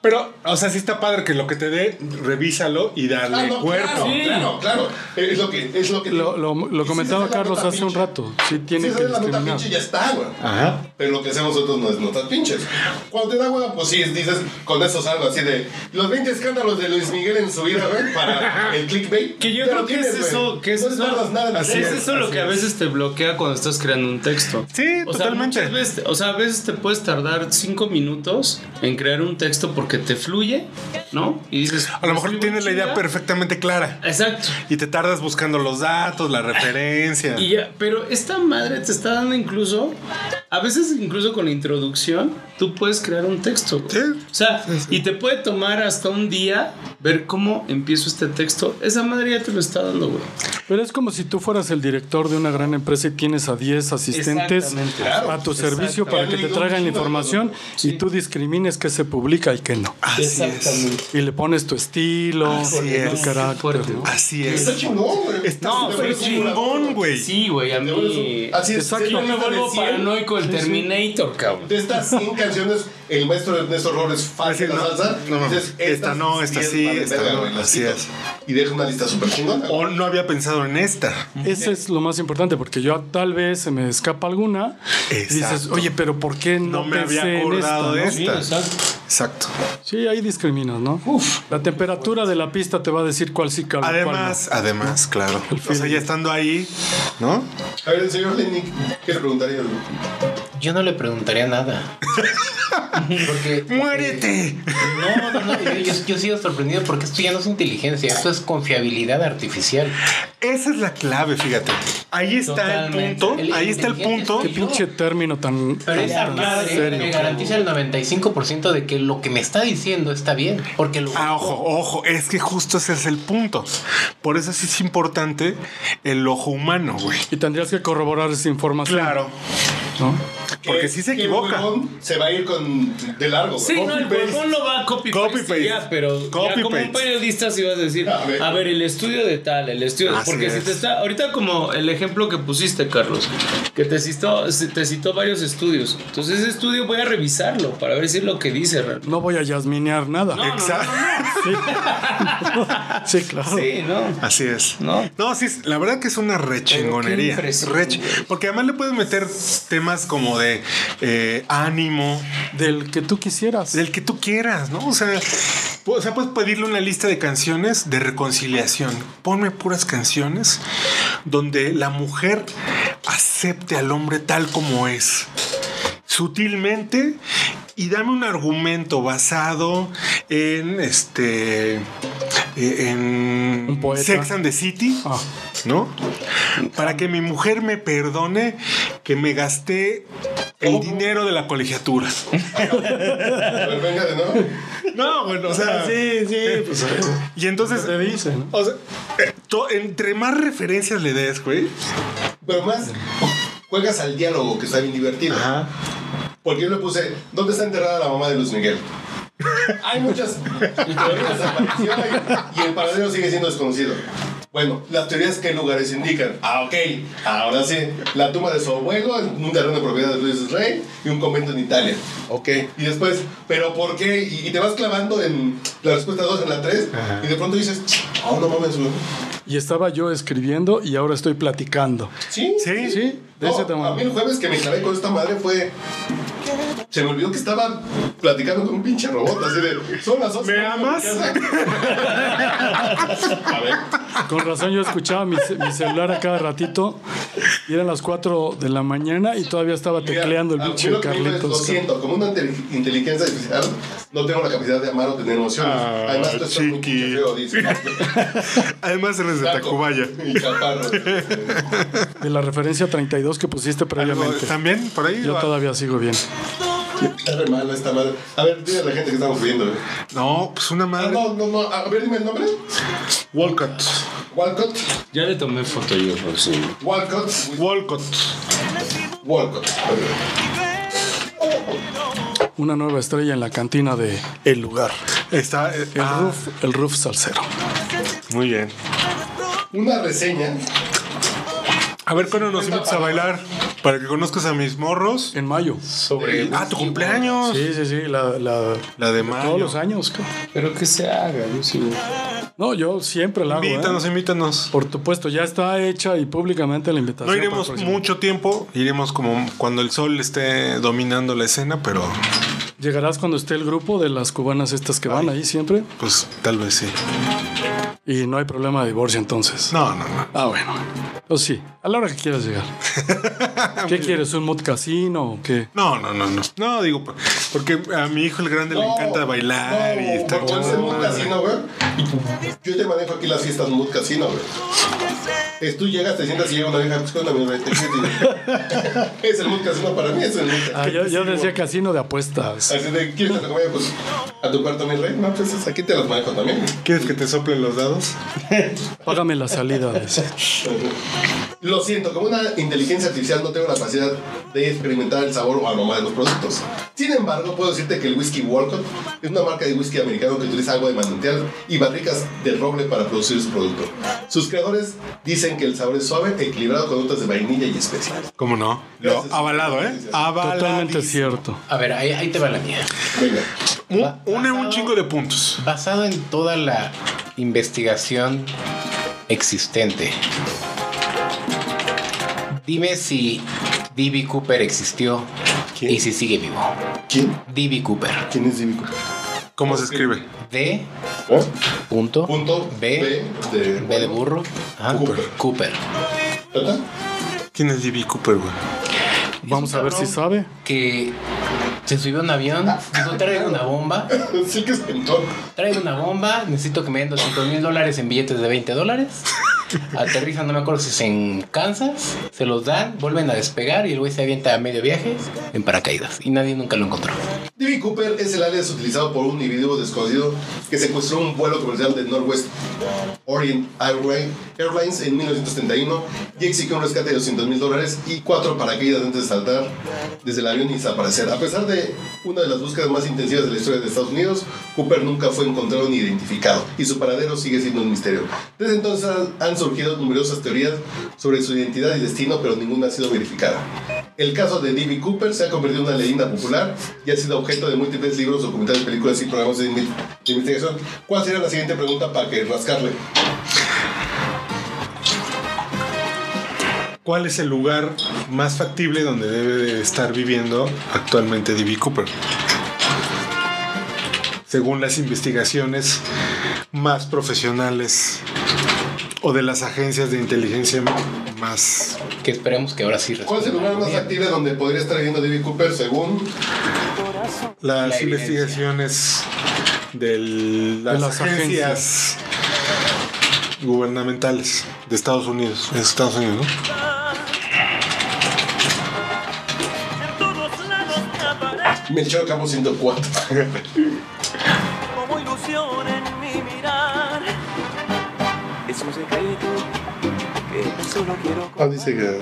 S8: Pero, o sea, sí está padre que lo que te dé, revísalo y dale
S7: Ah, no,
S8: cuerpo.
S7: Claro, claro, claro. Eh, Es lo que. Es lo, que
S9: Lo, lo- lo
S7: Y si
S9: comentaba
S7: esa es la
S9: Carlos
S7: nota
S9: hace un
S7: pinche,
S9: rato. Sí,
S7: Si
S9: tiene
S7: esa
S9: que
S7: es la nota
S9: discriminar.
S7: pinche, ya está, güey.
S8: Ajá.
S7: Pero lo que hacemos nosotros no es notas pinches. Cuando te da hueva, pues sí, dices, con eso salgo así de los 20 escándalos de Luis Miguel en su vida, güey, para el clickbait.
S12: Que yo
S7: Ya
S12: creo
S7: lo
S12: que es
S7: tienes, güey.
S12: eso, que es
S7: no
S12: eso,
S7: tardas nada en
S12: es
S7: hacer.
S12: eso lo que a veces te bloquea cuando estás creando un texto.
S8: Sí,
S12: O sea,
S8: totalmente.
S12: muchas veces- o sea, a veces te puedes tardar cinco minutos en crear un texto porque te fluye, ¿no? Y dices,
S8: a lo mejor tienes la idea perfectamente clara.
S12: Exacto.
S8: Y te tardas buscando los datos, la referencia.
S12: Y ya, pero esta madre te está dando incluso, a veces incluso con la introducción, tú puedes crear un texto. güey.
S8: Sí.
S12: O sea, y te puede tomar hasta un día ver cómo empiezo este texto. Esa madre ya te lo está dando, güey.
S9: Pero es como si tú fueras el director de una gran empresa y tienes a 10 asistentes
S12: Exactamente.
S9: a tu servicio para que te traigan la información y tú discrimines qué se publica y qué no.
S12: Exactamente.
S9: Y le pones tu estilo,
S8: Así
S9: tu
S8: es.
S9: carácter.
S12: Fuerte.
S9: ¿no?
S8: Así
S7: Está
S8: es.
S7: chingón, güey.
S8: Está
S12: No,
S7: Te
S12: fue
S7: vuelves un
S8: chingón,
S7: curador.
S8: güey.
S12: Sí, güey, a
S7: Te vuelves
S12: mí.
S7: un- Así es.
S9: Exacto.
S7: si
S12: Yo me
S7: lista de
S12: vuelvo
S7: 100,
S12: paranoico el Terminator, cabrón.
S7: De estas 100 canciones, el maestro Ernesto Robles fácil la
S8: Así, no,
S7: salsa.
S8: no, no.
S7: dices,
S8: Esta
S7: estas
S8: no, esta
S7: 100
S8: sí,
S7: valen
S8: esta
S7: verga,
S8: no,
S7: güey, las
S8: así
S7: quito.
S8: es. Oh.
S7: Y deja una lista súper chingona. güey.
S8: O no había pensado en esta.
S9: Eso es lo más importante, porque yo tal vez se me escapa alguna. Y dices,
S8: Exacto.
S9: oye, pero ¿por qué no,
S8: No me había
S9: pensé en
S8: acordado
S9: esta,
S8: de
S9: no?"
S8: esta.
S12: exacto.
S8: Exacto.
S9: Sí, ahí discriminas, ¿no? La temperatura de la pista te va a decir cuál sí cabe.
S8: Además, además, claro. O sea, ya estando ahí, ¿no?
S7: A ver, señor Lenny, ¿qué le preguntaría?
S12: Yo no le preguntaría nada. Porque, ¡Muérete! No, no, no. Yo, yo- yo he sido sorprendido porque esto ya no es inteligencia, esto es confiabilidad artificial.
S8: Esa es la clave, fíjate. Ahí está el punto. ahí está el punto.
S9: Qué pinche término tan.
S12: Pero
S9: tan-
S12: esa
S9: tan
S12: madre
S9: serio.
S12: me garantiza el 95% de que lo que me está diciendo está bien. Porque lo.
S8: Ah, ojo, ojo, es que justo ese es el punto. Por eso sí es importante el ojo humano, güey.
S9: Y tendrías que corroborar esa información.
S8: Claro.
S9: ¿No?
S8: Porque sí se equivoca.
S7: Se va a ir con de largo.
S11: Sí, no, el huevón lo va a copy, paste,
S8: paste.
S11: ya, pero
S8: Copy
S11: ya como
S8: paste.
S11: un periodista sí vas a decir, a ver, el estudio de tal, el estudio de-
S8: Así
S11: porque si
S8: es.
S11: te está ahorita como el ejemplo que pusiste, Carlos, que te citó te citó varios estudios. Entonces ese estudio voy a revisarlo para ver si es lo que dice. realmente.
S9: No voy a yasminear nada.
S8: Exacto.
S9: Sí, claro.
S11: Sí, no.
S8: Así es. No, sí, es- la verdad que es una rechingonería.
S11: Pero qué impresión,
S8: Rech- porque además le puedes meter temas como de eh, ánimo.
S9: Del que tú quisieras.
S8: Del que tú quieras, ¿no? O sea, pu- o sea, puedes pedirle una lista de canciones de reconciliación. Ponme puras canciones donde la mujer acepte al hombre tal como es. Sutilmente. Y dame un argumento basado en este. eh, En
S9: poeta.
S8: Sex and the City, ¿no? Para que mi mujer me perdone que me gasté el dinero de la colegiatura.
S7: Venga de nuevo.
S8: No, bueno, o sea.
S9: Sí, sí.
S8: pues, y entonces. O sea, eh, to- entre más referencias le des, güey.
S7: Pero más juegas al diálogo que está bien divertido. Porque yo le puse, ¿dónde está enterrada la mamá de Luis Miguel? Hay muchas teorías de aparición y el paradero sigue siendo desconocido. Bueno, las teorías qué lugares indican. Ah, ok. Ahora sí, la tumba de su abuelo en un terreno de propiedad de Luis Rey y un convento en Italia. Ok. Y después, ¿pero por qué? Y, y te vas clavando en la respuesta 2, en la 3, y de pronto dices, oh, no mames, güey.
S9: Y estaba yo escribiendo y ahora estoy platicando.
S7: Sí, sí,
S9: sí. De ese tamaño.
S7: A mí el jueves que me clavé con esta madre fue. Se me olvidó que estaba platicando con un pinche robot, así de. Son las 11. ¿Me amas? A ver.
S9: Con razón yo escuchaba mi, ce- mi celular a cada ratito y eran las 4 de la mañana y todavía estaba tecleando el
S7: a mí
S9: pinche
S7: lo que me dijo es, Lo
S9: Carlitos.
S7: siento, como una intel- inteligencia artificial, no tengo la capacidad de amar o tener emociones.
S8: Ah,
S7: Además, tú estás muy pinche feo, dice.
S8: Además eres de Tacubaya.
S7: Y chaparro.
S9: De la referencia 32 que pusiste previamente.
S8: ¿También? ¿Por ahí?
S9: este, Yo
S8: va.
S9: todavía sigo bien.
S7: Está re mala esta madre. A ver, dile a la gente que estamos viendo. güey.
S8: No, pues una
S7: Ah,
S8: madre.
S7: no, no, no. A ver, dime el nombre.
S8: Walcott.
S7: Walcott.
S11: Ya le tomé foto yo, por si-
S7: Walcott.
S8: Walcott.
S7: Walcott.
S9: Una nueva estrella en la cantina de El Lugar.
S8: Está eh,
S9: El Roof, el Roof Salsero.
S8: muy bien.
S7: Una reseña.
S8: A ver cuándo nos invitas a bailar para que conozcas a mis morros.
S9: En mayo.
S12: Sobre.
S8: Ah, tu cumpleaños.
S9: Sí, sí, sí. La, la-
S8: La de
S9: todos
S8: mayo.
S9: los años. ca-
S11: Pero que se haga, no sé.
S9: No, yo siempre la hago. ¿eh?
S8: Invítanos, invítanos.
S9: Por supuesto, ya está hecha y públicamente la invitación.
S8: No
S9: para el
S8: iremos
S9: próximo.
S8: mucho tiempo, iremos como cuando el sol esté dominando la escena, pero
S9: Llegarás cuando esté el grupo de las cubanas estas que van ahí siempre
S8: pues tal vez sí.
S9: y no hay problema de divorcio entonces.
S8: No, no, no.
S9: Ah, bueno. O sí, a la hora que quieras llegar. ¿Qué quieres? ¿Un mood casino o qué?
S8: No, no, no, no. No, digo, por- porque a mi hijo el grande le
S7: No,
S8: encanta bailar y estar
S7: Porque es en Mood Casino, güey. Yo te manejo aquí las fiestas Mood Casino, güey. Es tú llegas, te sientas y llega una vieja, pues con la misma te sientas y- Es el Mood Casino para mí, es el Mood Casino.
S9: Ah, yo, yo decía casino de apuestas.
S7: Así de, ¿quieres que te acompañe pues, a tu cuarto, mi rey? No, pues es aquí te las manejo también.
S8: ¿Quieres que te soplen los dados?
S9: Págame la salida. decía.
S7: Lo siento, como una inteligencia artificial no tengo la capacidad de experimentar el sabor o aroma de los productos. Sin embargo, puedo decirte que el whisky Walcott es una marca de whisky americano que utiliza agua de manantial y barricas de roble para producir su producto. Sus creadores dicen que el sabor es suave, equilibrado con notas de vainilla y especias.
S8: ¿Cómo no? Lo-
S7: Gracias.
S8: avalado, ¿eh?
S9: Totalmente
S8: Avalado.
S9: cierto.
S12: A ver, ahí, ahí te va la mía.
S7: Venga,
S8: Un- Une un chingo de puntos.
S12: Basado en toda la investigación existente, dime si D.B. Cooper existió y sí sigue vivo.
S7: ¿Quién?
S12: D.B. Cooper.
S7: ¿Quién es D.B. Cooper?
S8: ¿Cómo se escribe?
S12: D. Punto. Punto. ¿Oh? B. de, B de burro. Ajá, Cooper.
S8: ¿Quién es D.B. Cooper, güey?
S12: Vamos a ver si sabe. Que se subió a un avión, dijo, traigo una bomba.
S7: Sí que se entró.
S12: Traigo una bomba, necesito que me den 200 mil dólares en billetes de 20 dólares. Aterrizan, no me acuerdo si es en Kansas, se los dan, vuelven a despegar y el güey se avienta a medio viaje en paracaídas. Y nadie nunca lo encontró.
S7: D.B. Cooper es el alias utilizado por un individuo desconocido que secuestró un vuelo comercial de Northwest Orient Airway- Airlines en 1971 y exigió un rescate de 200 mil dólares y cuatro paracaídas antes de saltar desde el avión y desaparecer. A pesar de una de las búsquedas más intensivas de la historia de Estados Unidos, Cooper nunca fue encontrado ni identificado y su paradero sigue siendo un misterio. Desde entonces han- han surgido numerosas teorías sobre su identidad y destino, pero ninguna ha sido verificada. El caso de D.B. Cooper se ha convertido en una leyenda popular y ha sido objeto de múltiples libros, documentales, películas y programas de, inve- de investigación. ¿Cuál sería la siguiente pregunta para que rascarle?
S8: ¿Cuál es el lugar más factible donde debe de estar viviendo actualmente D.B. Cooper? Según las investigaciones más profesionales o de las agencias de inteligencia más...
S12: Que esperemos que ahora sí
S7: ¿Cuál es el lugar más factible donde podría estar viviendo D.B. Cooper según
S8: Las
S7: La evidencia.
S8: investigaciones del-
S9: De
S8: las
S9: las
S8: agencias gubernamentales de Estados Unidos. En Estados Unidos, ¿no?
S7: Melchor Campos 104?
S4: como ilusión en mi mirar. Es un secreto que solo quiero
S7: Ah, dice que...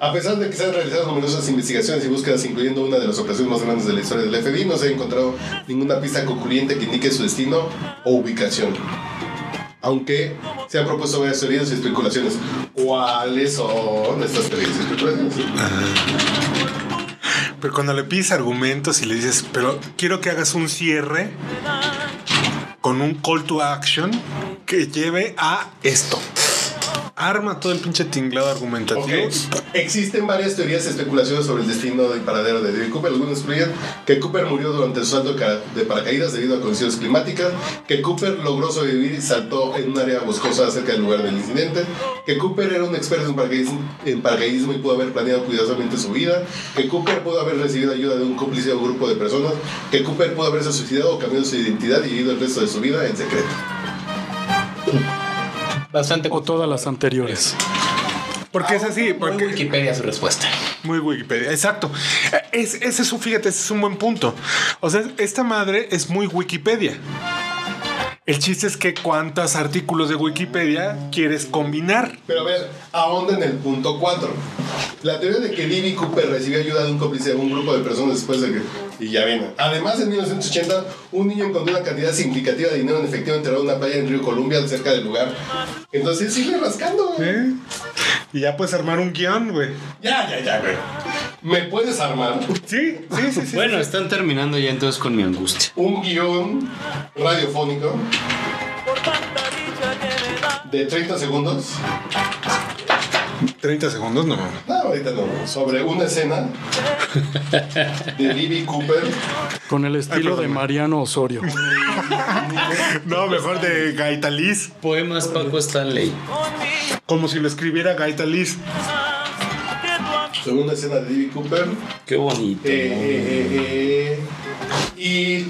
S7: A pesar de que se han realizado numerosas investigaciones y búsquedas, incluyendo una de las operaciones más grandes de la historia del FBI, no se ha encontrado ninguna pista concluyente que indique su destino o ubicación. Aunque se han propuesto varias teorías y especulaciones. ¿Cuáles son estas teorías y especulaciones?
S8: Pero cuando le pides argumentos y le dices, pero quiero que hagas un cierre con un call to action que lleve a esto. Arma todo el pinche tinglado argumentativo.
S7: Ok. Existen varias teorías y especulaciones sobre el destino y paradero de David Cooper. Algunos incluyen que Cooper murió durante el salto de ca- de paracaídas debido a condiciones climáticas, que Cooper logró sobrevivir y saltó en un área boscosa cerca del lugar del incidente, que Cooper era un experto en paracaidismo, en paracaidismo y pudo haber planeado cuidadosamente su vida, que Cooper pudo haber recibido ayuda de un cómplice o grupo de personas, que Cooper pudo haberse suicidado o cambiado su identidad y vivido el resto de su vida en secreto.
S12: Bastante.
S9: O todas las anteriores.
S8: Porque es
S7: Ah,
S8: así, porque
S12: Wikipedia su respuesta.
S8: Muy Wikipedia, exacto. Eh, Es, es eso, fíjate, ese es un buen punto. O sea, esta madre es muy Wikipedia. El chiste es que cuántos artículos de Wikipedia quieres combinar.
S7: Pero a ver, ahonda en el punto 4. La teoría de que D.B. Cooper recibió ayuda de un cómplice de un grupo de personas después de que. Y ya viene. Además, en 1980, un niño encontró una cantidad significativa de dinero en efectivo enterrado en una playa en Río Columbia, cerca del lugar. Entonces, sigue rascando, güey.
S8: ¿eh? Y ya puedes armar un guión, güey.
S7: Ya, ya, ya, güey. ¿Me puedes armar?
S8: Sí, sí, sí. sí
S11: bueno, están terminando ya entonces con mi angustia.
S7: Un guión radiofónico de 30 segundos.
S8: 30 segundos, no.
S7: No, ahorita no. Sobre una escena de D.B. Cooper.
S9: Con el estilo de Mariano Osorio.
S8: No, mejor de Gaita Liz.
S11: Poemas Paco Stanley.
S8: Como si lo escribiera Gaita Liz.
S7: Segunda escena de D.B. Cooper.
S11: Qué bonito.
S7: Eh, eh, eh, eh.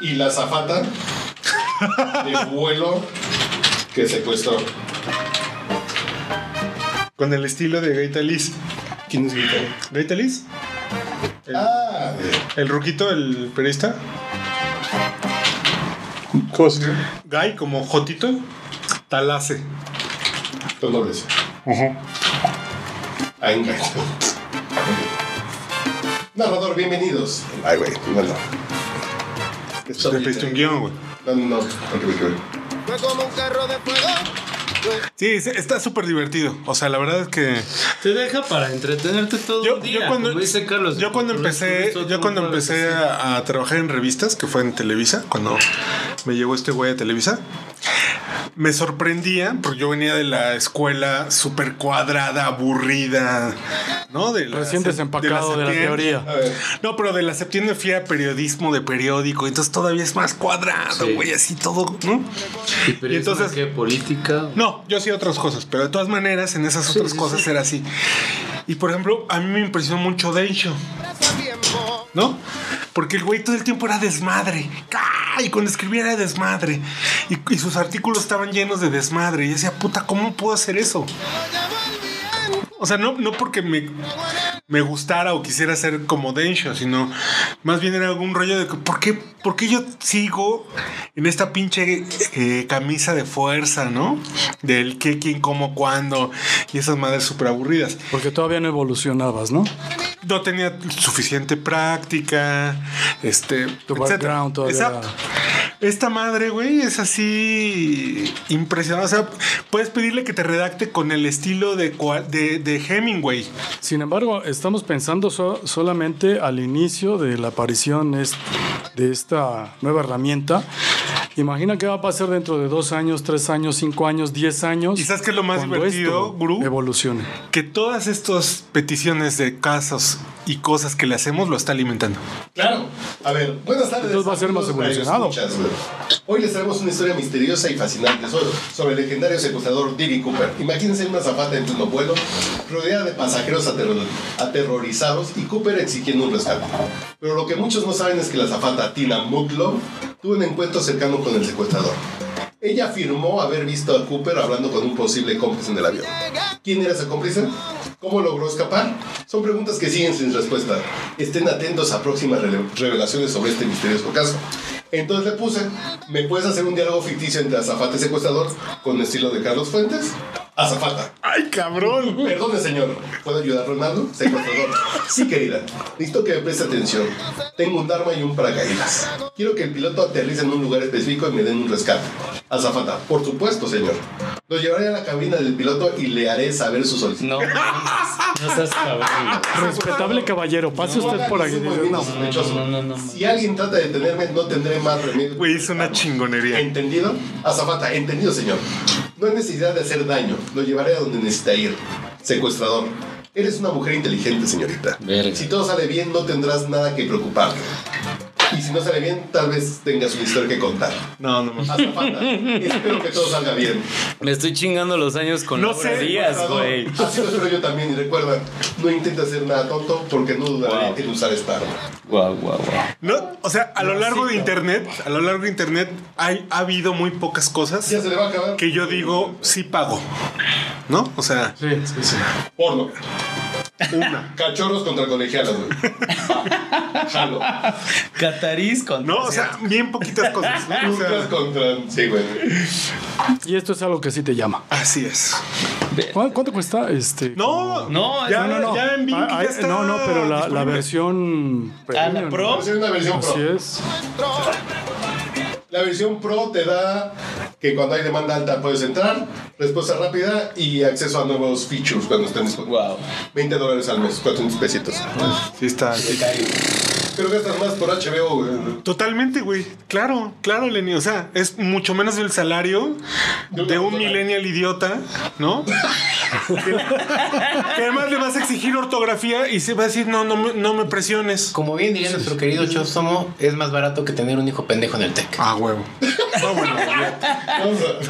S7: Y, y la zafata de vuelo que secuestró.
S8: Con el estilo de Gaita Liz.
S7: ¿Quién es Gaita?
S8: ¿Gaita Liz? El,
S7: ah,
S8: el ruquito, el periodista. ¿Cómo se llama? Gay, como Jotito. Talase.
S7: Los dobles. Ahí enganchó. Narrador, bienvenidos. Ay, güey, no, no. Esto
S8: Te pediste un guión, güey.
S7: No, no, no. ok, ok, ok.
S8: Sí, se- está súper divertido. O sea, la verdad es que.
S11: Te deja para entretenerte todo el día.
S8: cuando-
S11: como dice Carlos.
S8: Yo cuando empecé, yo cuando empecé a, a trabajar en revistas, que fue en Televisa, cuando me llegó este güey a Televisa, me sorprendía, porque yo venía de la escuela súper cuadrada, aburrida, ¿no? De la,
S9: Recién desempacado de la
S8: Septiembre.
S9: teoría.
S8: A ver. No, pero de la septiembre fui a periodismo de periódico, entonces todavía es más cuadrado,
S11: Sí.
S8: güey, así todo, ¿no?
S11: ¿Y entonces qué? ¿Política?
S8: No, yo sí otras cosas, pero de todas maneras en esas otras cosas era así. Y por ejemplo, a mí me impresionó mucho Densho. ¿No? Porque el güey todo el tiempo era desmadre. ¡Ca! Y cuando escribía era desmadre. Y, y sus artículos estaban llenos de desmadre. Y yo decía, puta, ¿cómo puedo hacer eso? O sea, no, no porque me, me gustara o quisiera ser como Densho, sino más bien era algún rollo de que, ¿por qué, por qué yo sigo en esta pinche eh, camisa de fuerza, no? Del qué, quién, cómo, cuándo y esas madres súper aburridas.
S9: Porque todavía no evolucionabas, ¿no?
S8: No tenía suficiente práctica, este,
S9: Tu
S8: etcétera.
S9: background todavía
S8: Exacto. Esta madre, güey, es así impresionante. O sea, puedes pedirle que te redacte con el estilo de, cual- de, de Hemingway.
S9: Sin embargo, estamos pensando so- solamente al inicio de la aparición est- de esta nueva herramienta. Imagina qué va a pasar dentro de dos años, tres años, cinco años, diez años.
S8: Quizás que lo más
S9: cuando
S8: divertido,
S9: esto
S8: Guru,
S9: Evolucione.
S8: que todas estas peticiones de casos y cosas que le hacemos lo está alimentando.
S7: Claro. A ver, buenas tardes.
S8: Entonces va a ser más
S7: amigos
S8: evolucionado.
S7: radioescuchas. Hoy les traemos una historia misteriosa y fascinante sobre, sobre el legendario secuestrador Diddy Cooper. Imagínense una zafata en pleno vuelo, rodeada de pasajeros aterro- aterrorizados y Cooper exigiendo un rescate. Pero lo que muchos no saben es que la zafata Tina Mutlow tuvo un encuentro cercano con el secuestrador. Ella afirmó haber visto a Cooper hablando con un posible cómplice en el avión. ¿Quién era ese cómplice? ¿Cómo logró escapar? Son preguntas que siguen sin respuesta. Estén atentos a próximas rele- revelaciones sobre este misterioso caso. Entonces le puse, ¿me puedes hacer un diálogo ficticio entre azafate y secuestrador con estilo de Carlos Fuentes? Azafata.
S8: ¡Ay, cabrón!
S7: Perdone, señor. ¿Puedo ayudar, Ronaldo? Secuestrador. Sí, querida. Necesito que me preste atención. Tengo un arma y un paracaídas. Quiero que el piloto aterrice en un lugar específico y me den un rescate. Azafata. Por supuesto, señor. Lo llevaré a la cabina del piloto y le haré saber su solicitud.
S11: No. No seas cabrón.
S9: Respetable caballero, pase usted por aquí.
S7: No, no, no, Si alguien trata de detenerme, no tendré más remedio.
S8: Güey, es una chingonería.
S7: ¿Entendido? Azafata, entendido, señor. No hay necesidad de hacer daño. Lo llevaré a donde necesita ir. Secuestrador. Eres una mujer inteligente, señorita. Si todo sale bien, no tendrás nada que preocuparte. Y si no sale bien, tal vez tengas una historia que contar.
S8: No, no más.
S7: Azafata, espero que todo salga bien.
S11: Me estoy chingando los años con
S7: No
S11: Laura
S7: sé,
S11: Díaz,
S7: secuestrador.
S11: güey.
S7: Así lo espero yo también. Y recuerda, no intentes hacer nada tonto porque no dudaré en usar esta arma.
S11: Guau, guau, guau.
S8: No, o sea, a lo largo de internet, a lo largo de internet hay, ha habido muy pocas cosas que yo digo sí pago. ¿No? O sea,
S7: Porno. Una. Cachorros contra colegialas, güey. Va, Jalo.
S11: Catarís contra.
S8: No, o sea, bien poquitas cosas. ¿no? O sea,
S7: Turcas contra. Sí, güey.
S9: Y esto es algo que sí te llama.
S8: Así es.
S9: ¿Cuánto, cuesta este?
S8: No,
S11: no,
S8: ya- ya en Vimeo ya está
S9: Ah, eh, No, no, pero la, la
S8: disponible.
S9: versión.
S11: Ah,
S9: premium,
S11: la pro.
S9: ¿no?
S7: Es una versión pro.
S9: Así es.
S7: La versión pro te da que cuando hay demanda alta puedes entrar, respuesta rápida y acceso a nuevos features cuando estén disponibles.
S11: Wow.
S7: 20 dólares al mes, 400 pesitos.
S8: Sí está. sí.
S7: Pero gastas más por HBO, güey.
S8: Totalmente, güey. Claro, claro, Lenny. O sea, es mucho menos el salario de un millennial idiota, ¿no? que además le vas a exigir ortografía y se va a decir, no, no, me- no me presiones.
S12: Como bien diría nuestro querido Chosomo, es más barato que tener un hijo pendejo en el TEC.
S8: Ah, huevo.
S7: Vamos a-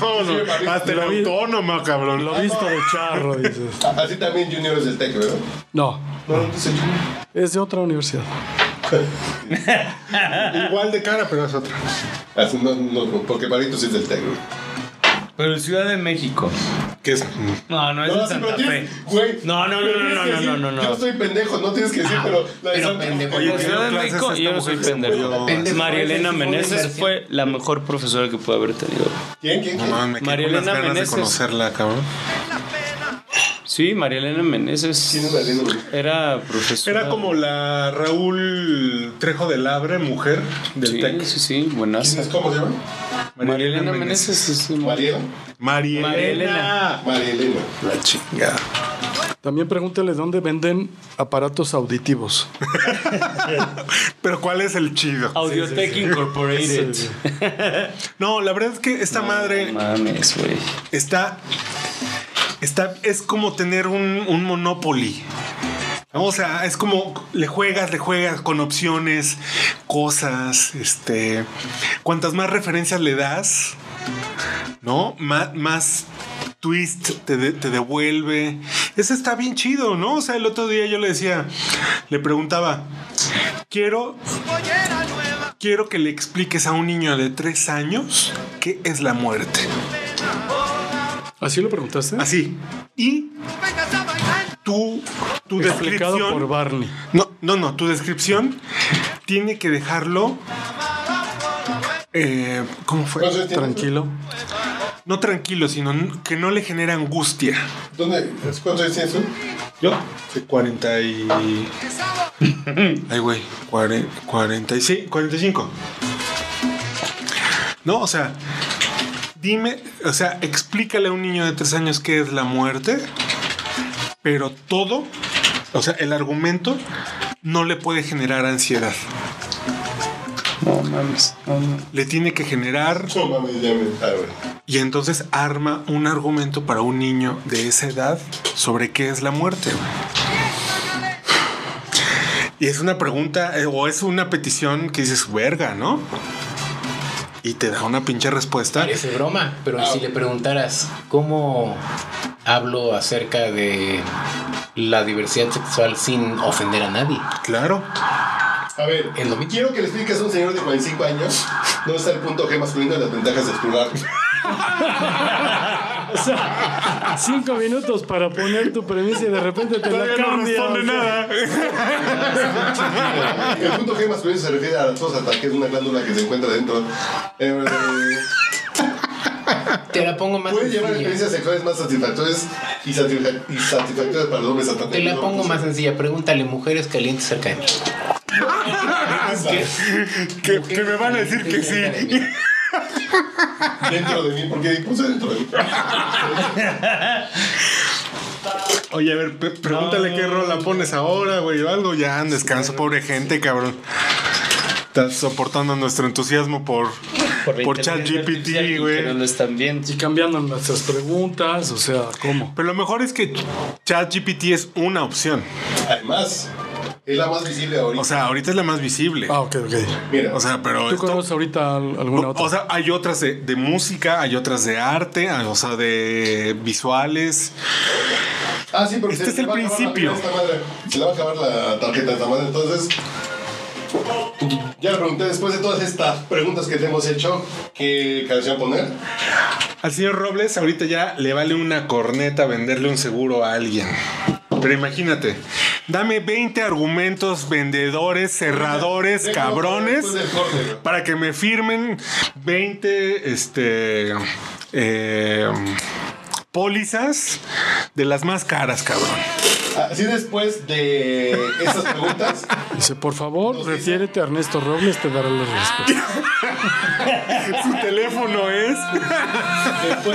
S8: No, no, hasta el autónoma, cabrón.
S9: Lo visto de charro, dices.
S7: Así también Junior es del tech, ¿verdad?
S9: No,
S7: No, no sé. Junior.
S9: es de otra universidad.
S8: Igual de cara, pero es otra.
S7: Así, no, no, no, porque Barito sí es del tech, güey.
S11: Pero el Ciudad de México.
S8: Que es. mm,
S11: No, no es
S7: No,
S11: de
S7: sí,
S11: Santa
S7: pero
S11: Fe.
S7: tienes, güey.
S11: No, no, no,
S7: pero
S11: no,
S7: tienes
S11: no, no,
S7: que decir,
S11: no, no, no.
S7: Yo soy pendejo, no tienes que decir, pero la de
S12: Pero
S7: Santa-
S12: pendejo.
S8: Oye,
S11: El Ciudad de México y yo no soy pendejo.
S12: Pendejo.
S11: María Elena
S12: Fue una
S11: Meneses
S12: inversión.
S11: fue la mejor profesora que pude haber tenido.
S7: ¿Quién, quién, quién?
S8: me quedé
S11: María
S8: con las
S11: Elena
S8: ganas
S11: Meneses.
S8: de conocerla, cabrón.
S11: Sí, María Elena Meneses.
S7: ¿Quién es la lengua?
S11: Era profesora.
S8: Era como la Raúl Trejo del Abre, mujer del
S11: Sí,
S8: TEC.
S11: sí, sí, buenas.
S7: ¿Quién es? ¿Cómo se llama?
S11: María Elena Meneses. es-
S7: Mariela.
S8: María
S11: María Elena.
S8: Elena.
S7: María Elena.
S8: La chinga.
S9: También pregúntale dónde venden aparatos auditivos.
S8: Pero ¿cuál es el chido?
S11: Audiotech Incorporated.
S8: Sí. No, la verdad es que esta madre.
S11: Mames, güey.
S8: Está. Está. Es como tener un, un Monopoly. ¿no? O sea, es como le juegas, le juegas con opciones, cosas, este. Cuantas más referencias le das, ¿no? Má- más twist te, de- te devuelve. Ese está bien chido, ¿no? O sea, el otro día yo le decía, le preguntaba, quiero Quiero que le expliques a un niño de tres años qué es la muerte.
S9: ¿Así lo preguntaste?
S8: Así. Y tú, tu
S9: Explicado
S8: descripción.
S9: por Barney.
S8: No, no, no. Tu descripción tiene que dejarlo. eh, ¿Cómo fue?
S7: ¿Cuántos años tienes?
S9: Tranquilo.
S8: No tranquilo, sino n- que no le genere angustia.
S7: ¿Dónde? ¿Cuántos años tienes tú?
S8: ¿Yo? De 40 y. Ay, güey. cuare- 46, 45. No, o sea. Dime, o sea, explícale a un niño de tres años qué es la muerte, pero todo, o sea, el argumento no le puede generar ansiedad.
S11: No mames.
S8: Le tiene que generar.
S7: ah,
S8: Y entonces arma un argumento para un niño de esa edad sobre qué es la muerte. güey. Y es una pregunta eh, o es una petición que dices, verga, ¿no? Y te da una pinche respuesta.
S12: Parece broma, pero si le preguntaras cómo hablo acerca de la diversidad sexual sin ofender a nadie.
S8: Claro.
S7: A ver, quiero que le expliques a un señor de 45 años dónde está el punto G masculino y las ventajas de explorar.
S9: O sea, cinco minutos para poner tu premisa y de repente te la
S8: Todavía no
S9: cambias.
S8: responde nada.
S7: El punto G masculino se refiere a la tosata, que es una glándula que se encuentra dentro. Eh,
S12: Te la pongo más
S7: Puede llevar
S12: sencilla.
S7: experiencias sexuales más satisfactorias y, satisfa- y satisfactorias para los hombres
S12: Te la pongo más sencilla. Pregúntale mujeres calientes cerca de mí.
S8: que, que me van a decir que sí.
S7: Dentro de mí, porque puse dentro de mí.
S8: Oye, a ver, pe- pregúntale qué rola pones ahora, güey, o algo. Ya, en descanso, pobre gente, cabrón. Estás soportando nuestro entusiasmo por, por, ChatGPT, güey.
S11: no lo están viendo.
S9: Y cambiando nuestras preguntas, o sea, ¿cómo?
S8: Pero lo mejor es que ChatGPT es una opción.
S7: Además, es la más visible ahorita.
S8: O sea, ahorita es la más visible.
S9: Ah, ok, ok.
S7: Mira,
S8: O sea, pero.
S9: ¿Tú conoces ahorita al- alguna otra?
S8: O sea, hay otras de, de música, hay otras de arte, ah, o sea, de visuales.
S7: Ah, sí, porque
S8: Este
S7: se
S8: es
S7: le
S8: el
S7: va a acabar la
S8: principio.
S7: pila a esta madre. Se le va a acabar la tarjeta a esta madre. Entonces, ya le pregunté después de todas estas preguntas que te hemos hecho, ¿qué canción poner?
S8: Al señor Robles ahorita ya le vale una corneta venderle un seguro a alguien. Pero imagínate, dame 20 argumentos vendedores, cerradores,
S7: Vengo
S8: cabrones,
S7: después del corte, güey.
S8: para que me firmen 20 este, eh, pólizas de las más caras, cabrón.
S7: Así Ah, después de estas preguntas,
S9: Dice, por favor, refiérete a Ernesto Robles, te dará las respuestas.
S8: Su teléfono es...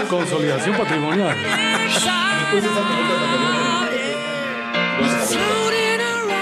S9: Consolidación patrimonial.
S7: después de estas preguntas, la pregunta de- no sé, la pregunta.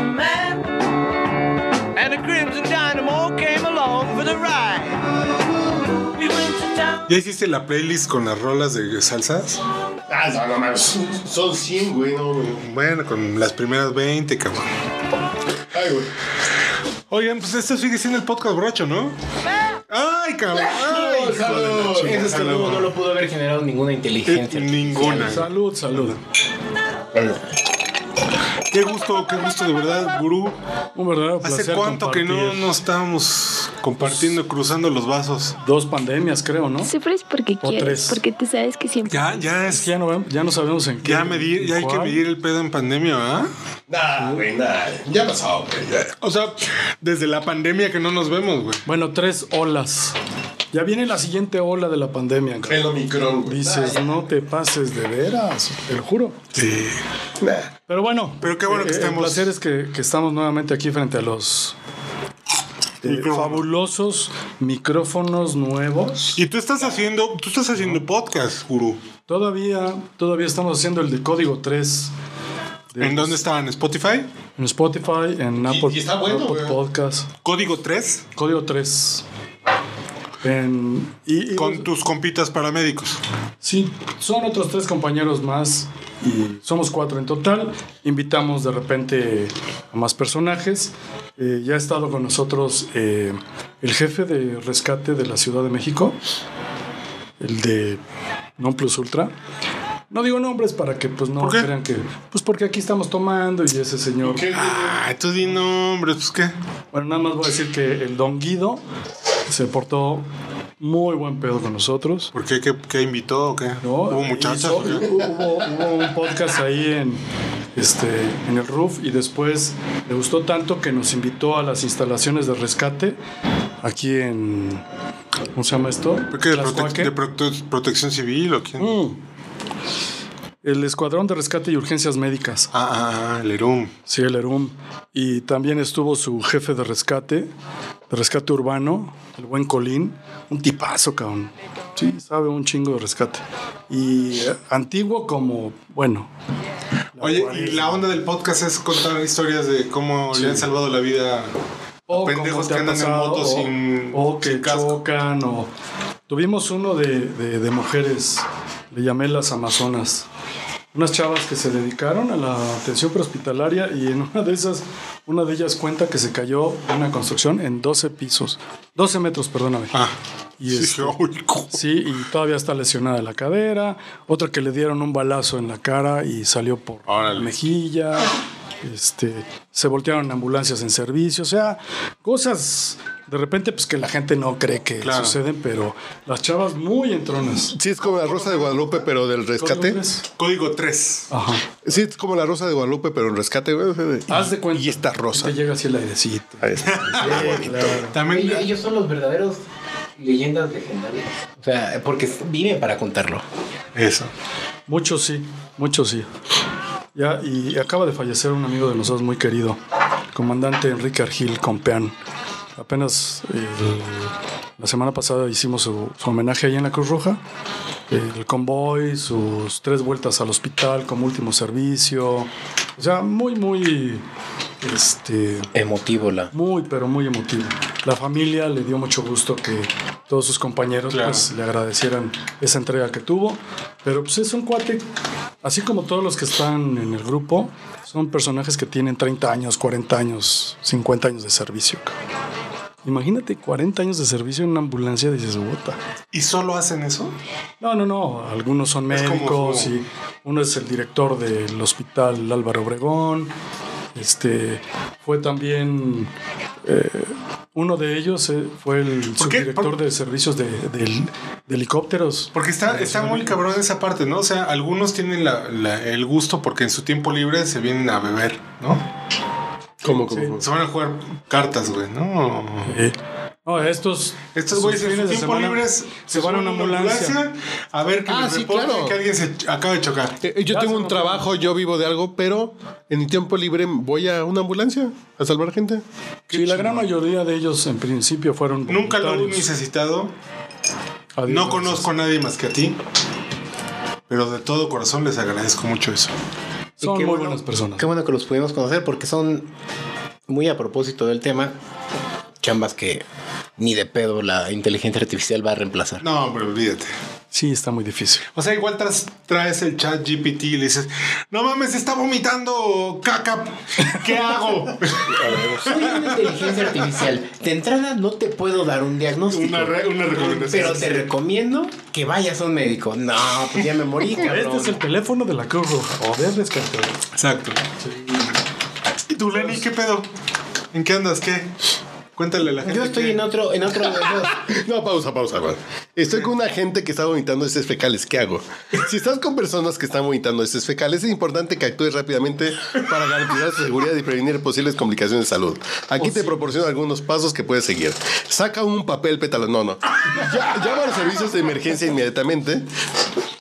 S4: man. And a crimson dynamo came along for the ride. We went to town.
S8: ¿Ya hiciste la playlist con las rolas de salsas?
S7: Ah, no, no, mames. Son 100, güey, no, güey.
S8: Bueno, con las primeras 20, cabrón.
S7: Ay, güey.
S8: Oigan, pues esto sigue siendo el podcast borracho, ¿no? ¡Ay, cabrón! ¡Ay, hijo de la
S7: Salud.
S8: chingada! Eh,
S12: Ese saludo no lo pudo haber generado ninguna inteligencia.
S8: Ninguna.
S9: Salud, salud.
S7: Ay, güey.
S8: Qué gusto, qué gusto de verdad, gurú.
S9: Un verdadero
S8: ¿Hace
S9: placer
S8: cuánto que no
S9: compartir. Pues,
S8: nos estábamos compartiendo, cruzando los vasos?
S9: Dos pandemias, creo, ¿no?
S10: Sufres porque
S9: O
S10: quieres,
S9: tres.
S10: porque tú sabes que siempre.
S8: Ya, ya es.
S9: Ya no, ya no sabemos en qué.
S8: Ya, medir, ya hay que
S9: cuál.
S8: medir el pedo en pandemia, ¿verdad?
S7: Nah, Ah, güey, nah. Ya pasó, güey. ya.
S8: O sea, desde la pandemia que no nos vemos, güey.
S9: Bueno, tres olas. Ya viene la siguiente ola de la pandemia.
S7: El Omicron, güey.
S9: Dices, no te pases de veras, te lo juro.
S8: Sí.
S9: Pero bueno.
S8: Pero qué bueno que
S9: eh,
S8: estemos.
S9: El placer es que, que estamos nuevamente aquí frente a los eh, fabulosos micrófonos nuevos.
S8: Y tú estás haciendo, tú estás haciendo podcast, gurú.
S9: Todavía, todavía estamos haciendo el de código 3.
S8: ¿En dónde está? ¿En Spotify?
S9: En Spotify, en Apple,
S7: y está bueno,
S9: Apple
S7: güey.
S9: Podcast.
S8: ¿Código 3?
S9: Código 3. En- y, y-
S8: Con tus compitas paramédicos.
S9: sí, son otros tres compañeros más y somos cuatro en total. Invitamos de repente a más personajes. Eh, ya ha estado con nosotros eh, el jefe de rescate de la Ciudad de México, el de Non Plus Ultra. No digo nombres para que pues no
S8: ¿Por qué?
S9: crean que... Pues porque aquí estamos tomando y ese señor...
S8: Ah, tú di nombres, pues qué.
S9: Bueno, nada más voy a decir que el Don Guido se portó muy buen pedo con nosotros.
S8: ¿Por qué? ¿Qué, qué invitó o qué?
S9: ¿no?
S8: ¿Hubo muchachas?
S9: Hizo-
S8: o qué?
S9: hubo, hubo un podcast ahí en, este, en el roof y después le gustó tanto que nos invitó a las instalaciones de rescate aquí en... ¿Cómo se llama esto?
S8: ¿Por qué? ¿De, prote-
S9: Tlaxcuaque.
S8: de prote- protección civil o quién?
S9: Mm. El Escuadrón de Rescate y Urgencias Médicas.
S8: Ah, ah, el Erum.
S9: Sí, el ERUM. Y también estuvo su jefe de rescate, de rescate urbano, el buen Colín. Un tipazo, cabrón. Sí, sabe un chingo de rescate. Y eh, antiguo como, bueno,
S8: Oye, y la onda del podcast es contar historias de cómo
S9: Sí.
S8: le han salvado la vida
S9: o
S8: a pendejos
S9: como
S8: que
S9: te ha
S8: andan en
S9: pasado,
S8: moto
S9: o-
S8: sin,
S9: o que
S8: sin casco.
S9: chocan, o... Tuvimos uno de, de- de mujeres, le llamé las Amazonas. Unas chavas que se dedicaron a la atención prehospitalaria y en una de esas, una de ellas cuenta que se cayó de una construcción en 12 pisos, 12 metros, perdóname.
S8: Ah,
S9: Y
S8: sí,
S9: este,
S8: uy, co-
S9: Sí, y todavía está lesionada de la cadera. Otra que le dieron un balazo en la cara y salió por
S8: Órale.
S9: la mejilla. Este, se voltearon ambulancias en servicio. O sea, cosas de repente pues que la gente no cree que
S8: Claro.
S9: suceden, pero las chavas muy entronas.
S15: Sí, es como la Rosa de Guadalupe, pero del rescate.
S9: Hombres.
S8: Código 3.
S9: Ajá.
S15: Sí, es como la Rosa de Guadalupe, pero en rescate. güey.
S9: Haz de cuenta.
S15: Y esta rosa.
S9: Te este, pues, llega así el airecito.
S15: Ahí está.
S8: También
S12: Ellos, ellos son los verdaderos leyendas legendarias. O sea, porque viven para contarlo.
S8: eso.
S9: Muchos sí, muchos sí. Ya, y acaba de fallecer un amigo de nosotros muy querido, comandante Enrique Argil Compeán. Apenas eh, la semana pasada hicimos su, su homenaje ahí en la Cruz Roja. Eh, El convoy, sus tres vueltas al hospital como último servicio. O sea, muy, muy, este,
S12: Emotivo la.
S9: muy, pero muy emotivo. La familia le dio mucho gusto que todos sus compañeros
S8: Claro.
S9: pues, le agradecieran esa entrega que tuvo. Pero pues es un cuate, así como todos los que están en el grupo, son personajes que tienen 30 años, 40 años, 50 años de servicio. cabrón. Imagínate 40 años de servicio en una ambulancia, dices, bota.
S8: ¿Y solo hacen eso?
S9: No, no, no. Algunos son
S8: Es como
S9: médicos
S8: su-
S9: y uno es el director del hospital Álvaro Obregón. Este fue también eh, uno de ellos eh, fue el
S8: ¿Por qué?
S9: subdirector
S8: ¿Por-
S9: de servicios de, del- de helicópteros.
S8: Porque está, está muy cabrón esa parte, ¿no? O sea, algunos tienen la- la- el gusto porque en su tiempo libre se vienen a beber, ¿no?
S15: ¿Cómo,
S9: cómo, cómo?
S8: Se van a jugar cartas, güey, ¿no?
S9: Eh, no, estos
S8: Estos
S9: sus
S8: güeyes en
S9: fines
S8: su
S9: de
S8: tiempo
S9: semana
S8: libre
S9: se van a una ambulancia.
S8: a ver que
S15: Ah,
S8: les
S15: sí,
S8: reporten
S15: claro.
S8: que alguien se ch- acaba de chocar.
S15: Eh, Yo
S9: Ya
S15: tengo
S9: se
S15: un
S9: notó.
S15: trabajo, yo vivo de algo, pero en mi tiempo libre voy a una ambulancia a salvar gente.
S9: Sí, la gran mayoría de ellos en principio fueron
S8: Nunca lo he
S9: voluntarios.
S8: necesitado.
S9: Adiós,
S8: No
S9: gracias.
S8: conozco a nadie más que a ti. Pero de todo corazón les agradezco mucho eso.
S12: Y
S9: Son
S12: qué
S9: muy
S12: bueno-
S9: buenas personas.
S12: Qué bueno que los pudimos conocer porque son muy a propósito del tema. Chambas que ni de pedo la inteligencia artificial va a reemplazar.
S8: No, pero olvídate.
S9: Sí, está muy difícil.
S8: O sea, igual tras- traes el chat GPT y le dices, no mames, está vomitando caca. ¿Qué hago?
S12: Soy una inteligencia artificial. De entrada no te puedo dar un diagnóstico.
S8: Una re- una recomendación.
S12: Pero te recomiendo que vayas a un médico. No, pues ya me morí, cabrón.
S8: Oh.
S9: Este es el teléfono de la Cruz Roja o de rescate.
S8: Exacto. tú, Lenny, ¿qué pedo? ¿En qué andas? ¿Qué? Cuéntale a la gente.
S12: Yo estoy en otro, en otro.
S7: No, pausa, pausa. pausa. Estoy con una gente que está vomitando heces fecales. ¿Qué hago? Si estás con personas que están vomitando heces fecales, es importante que actúes rápidamente para garantizar su seguridad y prevenir posibles complicaciones de salud. Aquí te proporciono algunos pasos que puedes seguir. Saca un papel pétalo. No, no. Ya- Llama a los servicios de emergencia inmediatamente.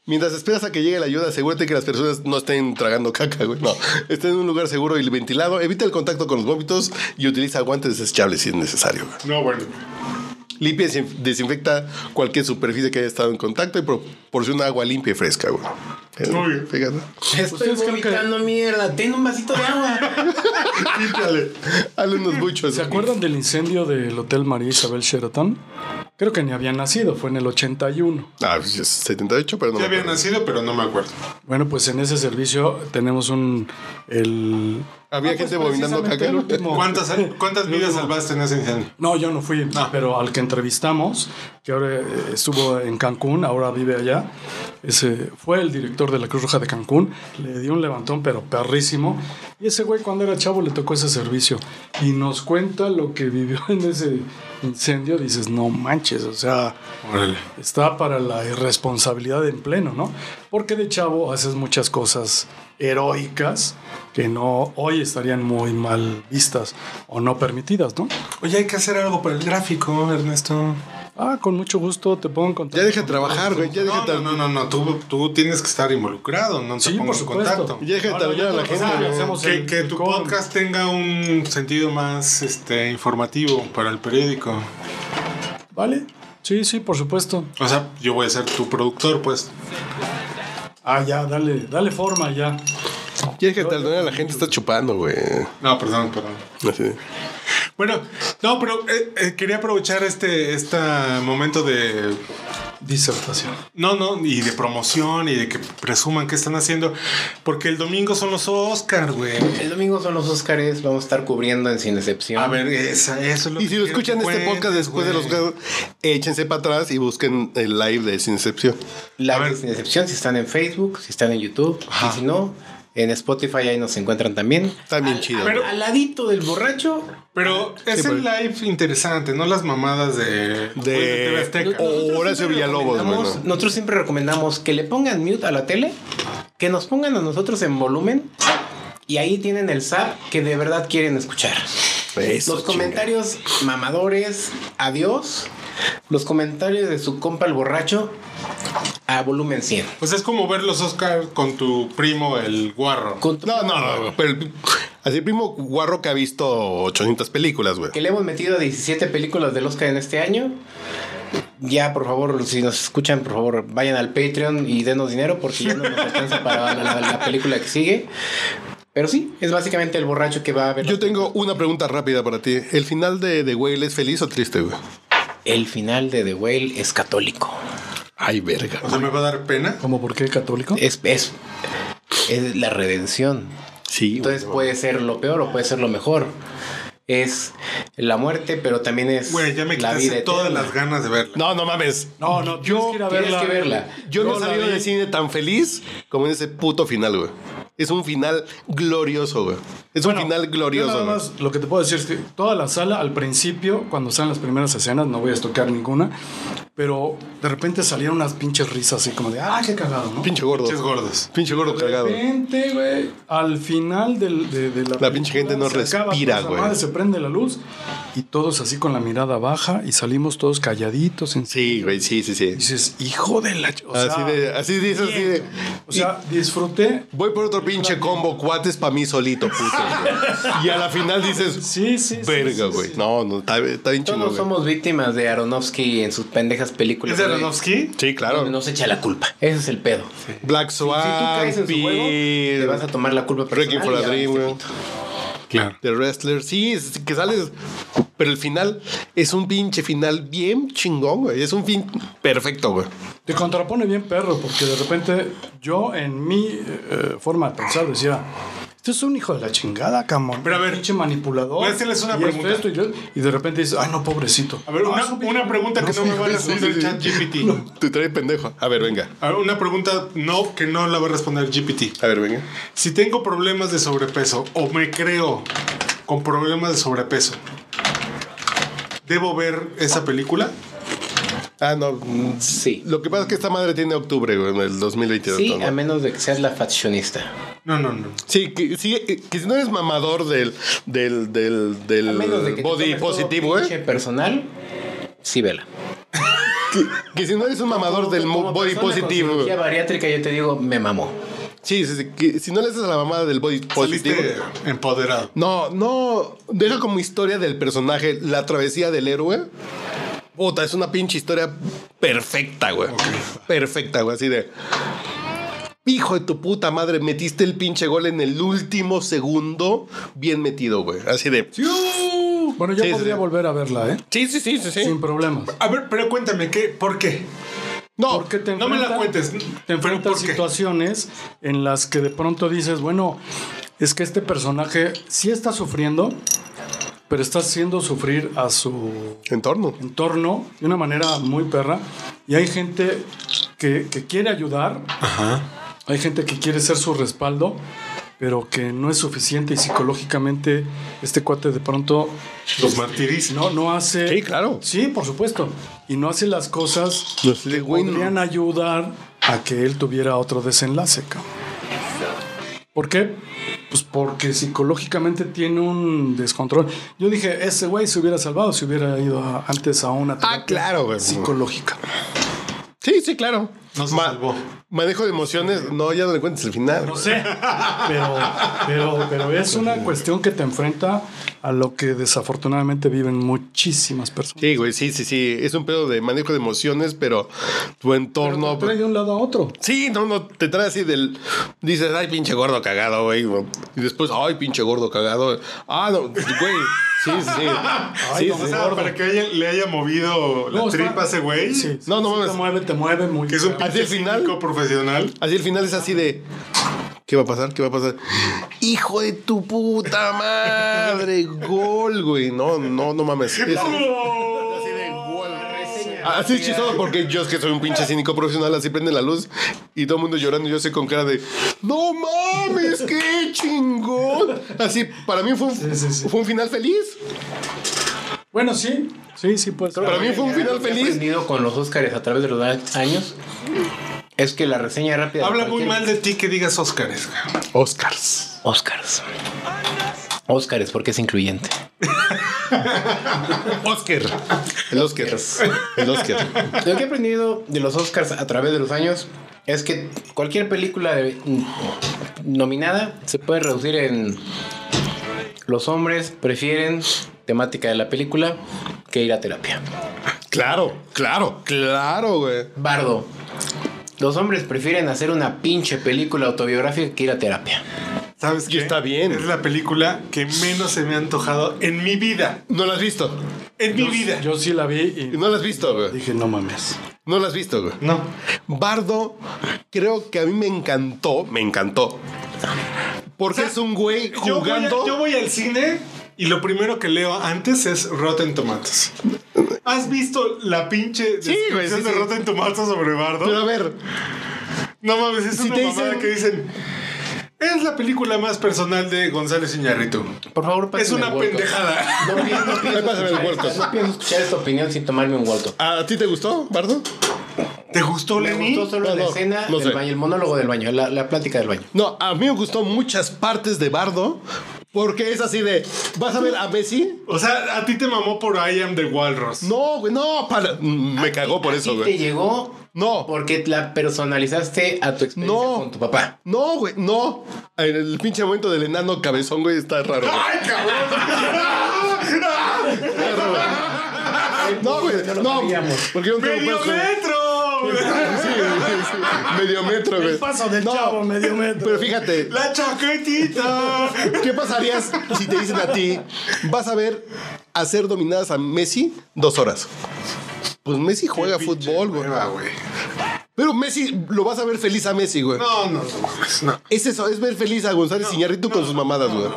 S7: Mientras esperas a que llegue la ayuda, asegúrate que las personas no estén tragando caca, güey. No, estén en un lugar seguro y ventilado. Evita el contacto con los vómitos y utiliza guantes desechables si es necesario. güey.
S8: No, bueno.
S7: Limpia y desinf- desinfecta cualquier superficie que haya estado en contacto y proporciona agua limpia y fresca, güey. ¿Eh?
S8: Muy bien.
S7: Fíjate.
S12: Estoy vomitando mierda. Ten un vasito de agua.
S7: Límpiale. Hale unos muchos.
S9: ¿Se acuerdan del incendio del Hotel María Isabel Sheraton? Creo que ni habían nacido, fue en el 81.
S7: Ah, pues, es 78, pero no.
S8: Ya
S7: me
S8: había
S7: acuerdo.
S8: nacido, pero no me acuerdo.
S9: Bueno, pues en ese servicio tenemos un. El... Ah, pues
S7: Había gente vomitando caca.
S8: ¿Cuántas, cuántas vidas salvaste en ese incendio?
S9: No, yo no fui, pero al que entrevistamos, que ahora eh, estuvo en Cancún, ahora vive allá, ese fue el director de la Cruz Roja de Cancún, le dio un levantón, pero perrísimo. Y ese güey, cuando era chavo, le tocó ese servicio. Y nos cuenta lo que vivió en ese incendio. Dices, no manches, o sea, está para la irresponsabilidad en pleno, ¿no? Porque de chavo haces muchas cosas heroicas que no hoy estarían muy mal vistas o no permitidas, ¿no?
S8: Oye, hay que hacer algo para el gráfico, Ernesto.
S9: Ah, con mucho gusto te pongo en contacto.
S8: Ya deja trabajar, güey. Ya deja no, no, no, no. Tú, tú tienes que estar involucrado. No te
S9: Sí,
S8: pongo
S9: por
S8: en
S9: supuesto.
S8: contacto.
S9: Ya deja de Ahora, tablar a la ya gente, lo güey. hacemos
S8: Que,
S9: el-
S8: que tu podcast tenga un sentido más este, informativo para el periódico.
S9: ¿Vale? Sí, sí, por supuesto.
S8: O sea, yo voy a ser tu productor, pues.
S9: Ah, ya, dale, dale forma ya.
S7: Ya que tal la gente está chupando, güey.
S8: No, perdón, perdón.
S7: Así.
S8: Bueno, no, pero eh, eh, quería aprovechar este, este momento de...
S9: Disertación.
S8: No, no, y de promoción y de que presuman que están haciendo. Porque el domingo son los Oscar, güey.
S12: El domingo son los Óscares. Vamos a estar cubriendo en Sin Excepción.
S8: A ver, esa, eso es lo
S7: Y
S8: que
S7: si lo
S8: quiero
S7: escuchan
S8: que
S7: este
S8: cuentes,
S7: podcast después de los
S8: güey.
S7: juegos, échense para atrás y busquen el live de Sin Excepción.
S12: La sin excepción, si están en Facebook, si están en YouTube, y si no, en Spotify ahí nos encuentran también.
S7: También chido.
S8: Pero-
S12: al ladito del borracho.
S8: Pero es
S12: Sí,
S8: el live interesante, no las mamadas de... De...
S7: Horacio Villalobos,
S12: Recomendamos-
S7: bueno.
S12: Nosotros siempre recomendamos que le pongan mute a la tele, que nos pongan a nosotros en volumen y ahí tienen el zap que de verdad quieren escuchar.
S7: Eso,
S12: los comentarios mamadores, adiós. Los comentarios de su compa el borracho a volumen 100.
S8: Pues es como ver los Oscar con tu primo, el guarro.
S7: No, no, no, pero el- así el primo guarro que ha visto 800 películas, güey.
S12: que le hemos metido a 17 películas del Oscar en este año. Ya, por favor, si nos escuchan, por favor, vayan al Patreon y denos dinero porque ya no nos alcanza para la, la- la película que sigue. Pero sí, es básicamente el borracho que va a ver.
S7: Yo tengo una pregunta rápida para ti. ¿El final de The Whale es feliz o triste, güey?
S12: El final de The Whale es católico.
S7: Ay, verga.
S8: O sea, me va a dar pena.
S9: ¿Cómo por qué católico?
S7: Eh,
S12: Es, es, es la redención.
S7: Sí.
S12: Entonces puede ser lo peor o puede ser lo mejor. Es la muerte, pero también es
S8: Güey, ya me
S12: la vida
S8: quitaste todas
S12: eterna.
S8: las ganas de verla.
S7: No, no mames.
S9: No, no, yo que ir a
S12: tienes
S9: verla. eh.
S12: que verla.
S7: Yo no he
S9: Yo la
S7: salido
S9: vi.
S7: de cine tan feliz como en ese puto final, güey. Es un final glorioso, güey. Es un final
S9: Yo
S7: glorioso,
S9: nada
S7: güey.
S9: más lo que te puedo decir es que toda la sala al principio, cuando salen las primeras escenas, no voy a estocar ninguna, pero de repente salieron unas pinches risas así como de, ah, qué cagado, ¿no?
S7: Pinche gordo.
S8: Pinches gordos.
S7: Pinche gordo cargado.
S9: De repente, güey, al final del- de, de la...
S7: La pinche gente no
S9: se acaba,
S7: respira,
S9: pues, la
S7: güey.
S9: madre, Se prende la luz y todos así con la mirada baja y salimos todos calladitos. En...
S7: Sí, güey, sí, sí, sí.
S9: Dices, hijo de la... ch-", o sea,
S7: así de, así dices, así de.
S9: O sea, disfruté.
S7: Voy por otro pinche combo, cuates para mí solito, puto. güey. y a la final dices,
S9: sí, sí,
S7: verga, güey. No, no, está, está bien
S12: Todos
S7: chingón, güey.
S12: somos víctimas de Aronofsky en sus pendejas películas.
S8: ¿Es de
S12: güey.
S8: Aronofsky?
S7: Sí, claro.
S12: No se echa la culpa. Ese es el pedo.
S7: Black Swan,
S12: si tú caes en su juego,
S7: Peel,
S12: te vas a tomar la culpa personal.
S7: Wrecking for a
S12: y ya este
S7: Dream,
S12: valiste
S7: güey.
S8: Claro.
S7: The Wrestler, sí, es que sales. Pero el final es un pinche final bien chingón, güey. Es un fin perfecto, güey.
S9: Te contrapone bien perro, porque de repente yo en mi eh, forma de pensar decía, Tú eres un hijo de la chingada, camón. Pero a ver, pinche manipulador.
S8: voy a hacerles una
S9: y esto,
S8: pregunta.
S9: esto, y, yo- y de repente dices, ay, no, pobrecito.
S8: A ver, una, una pregunta que no, me va a
S9: sí,
S8: responder
S9: sí, sí.
S8: chat GPT.
S7: Te trae pendejo. A ver, venga.
S8: A ver, Una pregunta no, que no la va a responder GPT.
S7: A ver, venga.
S8: Si tengo problemas de sobrepeso o me creo con problemas de sobrepeso, ¿debo ver esa película?
S7: Ah, no. Sí. Lo que pasa es que esta madre tiene octubre, güey, en el 2022.
S12: Sí, a
S7: menos de que seas la faccionista.
S8: No, no, no.
S7: Sí, que, sí, eh, que si no eres mamador del, del, del, del
S12: menos de que te
S7: body
S12: tomes todo
S7: positivo,
S12: pinche
S7: ¿eh? personal, sí, vela. que, que si no eres un mamador del mo- body
S12: persona con
S7: positivo.
S12: cirugía
S7: bariátrica, yo te digo, me mamó. Sí, sí, sí, que si no le haces a la mamada del body
S8: Saliste
S7: positivo.
S8: empoderado.
S7: No, no. Deja como historia del personaje la travesía del héroe. Puta, es una pinche historia perfecta, güey. Perfecta, güey. Así de. Hijo de tu puta madre, metiste el pinche gol en el último segundo. Bien metido, güey. Así de.
S9: Bueno, yo
S7: Sí, sí,
S9: podría
S7: sí.
S9: volver a verla, ¿eh?
S7: Sí, sí, sí, sí, sí.
S9: Sin problemas.
S8: A ver, pero cuéntame, ¿qué? ¿por qué?
S7: No,
S8: no me la cuentes.
S9: Te enfrentas situaciones en las que de pronto dices, bueno, es que este personaje sí está sufriendo, pero está haciendo sufrir a su
S7: entorno.
S9: entorno de una manera muy perra. Y hay gente que, que quiere ayudar, hay gente que quiere ser su respaldo, pero que no es suficiente y psicológicamente este cuate de pronto
S8: los martiriza.
S9: No, no hace. Sí, claro. Sí, por supuesto. Y no hace las cosas que podrían ayudar a que él tuviera otro desenlace, cabrón. ¿Por qué? Pues porque psicológicamente tiene un descontrol. Yo dije, ese güey se hubiera salvado si hubiera ido a- antes a
S8: Ah,
S9: una terapia psicológica.
S7: Sí, sí, claro.
S8: No se salvó.
S7: Manejo de emociones. No, ya no le cuentes el final.
S9: No sé. Pero, pero, pero es una cuestión que te enfrenta a lo que desafortunadamente viven muchísimas personas.
S7: Sí, güey, sí, sí, sí. Es un pedo de manejo de emociones, pero tu entorno. pues,
S9: Pero te trae de un lado a otro.
S7: Sí, no, no, te trae así del. Dices, ay, pinche gordo cagado, güey. Y después, ay, pinche gordo cagado. Ah, no, güey. Sí, sí, sí.
S8: Ay,
S7: Sí,
S8: no,
S7: sí,
S8: o
S7: sí.
S8: sea, para que haya- le haya movido la
S7: No, está-
S8: tripa a ese güey.
S9: Sí,
S7: No, no
S9: Te mueve, te mueve muy.
S8: Que es un
S7: Así
S8: pinche
S7: el final.
S8: profesional.
S7: Así el final es así de. ¿Qué va a pasar? ¿Qué va a pasar? Hijo de tu puta madre, gol, güey. No, no, no mames. Es- Así es Ah, chistoso porque yo es que soy un pinche cínico profesional, así prende la luz y todo el mundo llorando y yo soy con cara de ¡No mames, qué chingón! Así, para mí fue un, fue un final feliz.
S9: Bueno, sí, sí, sí, pues.
S7: Para mí fue un final
S12: He
S7: feliz.
S12: aprendido con los Óscares a través de los años es que la reseña rápida.
S8: Habla muy mal de ti que digas Óscares.
S7: Óscars.
S12: Óscars. Óscares, porque es incluyente.
S7: Óscar. El Óscar. El Óscar.
S12: Lo que he aprendido de los Oscars a través de los años es que cualquier película de- mm, nominada se puede reducir en los hombres prefieren temática de la película que ir a terapia.
S7: Claro, claro, claro, güey.
S12: Bardo. Los hombres prefieren hacer una pinche película autobiográfica que ir a terapia.
S8: ¿Sabes qué? está
S7: bien.
S8: Es la película que menos se me ha antojado en mi vida.
S7: ¿No la has visto?
S8: En mi vida.
S9: Yo sí la vi
S7: y. ¿No la has visto, güey?
S9: Dije, no mames.
S7: ¿No la has visto, güey?
S8: No.
S7: Bardo, creo que a mí me encantó. Me encantó. Porque es un güey
S8: Yo voy, a-
S7: jugando.
S8: yo voy al cine y lo primero que leo antes es Rotten Tomatoes. ¿Has visto la pinche
S7: Sí,
S8: descripción
S7: güey, sí,
S8: de
S7: sí.
S8: Rotten Tomatoes sobre Bardo?
S7: Pero a ver.
S8: No mames, es
S7: Si
S8: una
S7: te
S8: mamada
S7: dicen-
S8: que dicen. Es la película más personal de González Iñarritu.
S12: Por favor,
S8: Es
S12: pásenme
S8: una
S12: el Walcott.
S8: pendejada.
S12: No pienso, no pienso
S7: Ay, pásame el
S12: escuchar
S7: Walcott.
S12: esta- no pienso escuchar esta opinión sin tomarme un Walcott.
S7: ¿A ti te gustó, Bardo?
S8: ¿Te gustó,
S12: Me
S8: Lenny?
S12: gustó solo
S7: No,
S12: la
S7: no,
S12: escena
S7: no
S12: del
S7: sé.
S12: baño, el monólogo del baño, la, la plática del baño.
S7: No, a mí me gustó muchas partes de Bardo. Porque es así de. ¿Vas a ver a Messi?
S8: O sea, a ti te mamó por I am the Walrus.
S7: No, güey, no, para. mm, Me cagó por eso,
S12: ¿Sí te
S7: güey.
S12: llegó?
S7: No.
S12: Porque la personalizaste a tu experiencia con tu papá.
S7: No, güey, no. En el pinche momento del enano cabezón, güey, está raro. güey. No, güey, no. Porque yo no tengo
S8: ¡Medio
S7: puesto.
S8: metro!
S7: Sí, güey, sí. Medio metro, güey.
S9: paso del chavo, medio metro.
S7: Pero fíjate,
S8: ¡La chaquetita!
S7: ¿qué pasarías si te dicen a ti, vas a ver hacer dominadas a Messi dos horas? Pues Messi juega fútbol, güey. Pero Messi, lo vas a ver feliz a Messi, güey.
S8: No, no, no.
S7: Es eso, es ver feliz a González Iñárritu con sus mamadas, güey.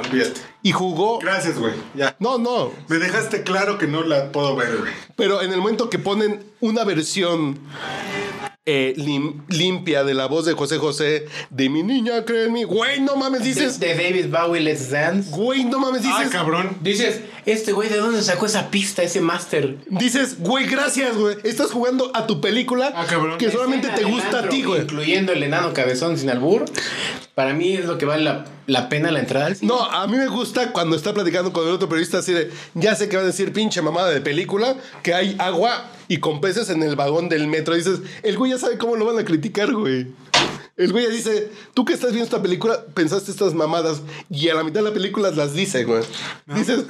S7: y jugó.
S8: Gracias, güey. Ya.
S7: No, no.
S8: Me dejaste claro que no la puedo ver, güey.
S7: Pero en el momento que ponen una versión eh, lim- limpia de la voz de José José, de mi niña, cree en mí, güey, no mames, dices.
S12: De, de David Bowie, Let's Dance.
S7: Güey, no mames,
S8: Ah,
S7: dices.
S12: Dices, este güey, ¿de dónde sacó esa pista, ese máster?
S7: Dices, güey, gracias, güey. Estás jugando a tu película
S8: Ah,
S7: que solamente te gusta a ti, güey.
S12: Incluyendo el enano cabezón sin albur. Para mí es lo que vale la, la pena la entrada. al cine.
S7: No, a mí me gusta cuando está platicando con el otro periodista así de, ya sé que van a decir pinche mamada de película, que hay agua y con peces en el vagón del metro. Dices, el güey ya sabe cómo lo van a criticar, güey. El güey ya dice, tú que estás viendo esta película, pensaste estas mamadas y a la mitad de la película las dice, güey. Dices,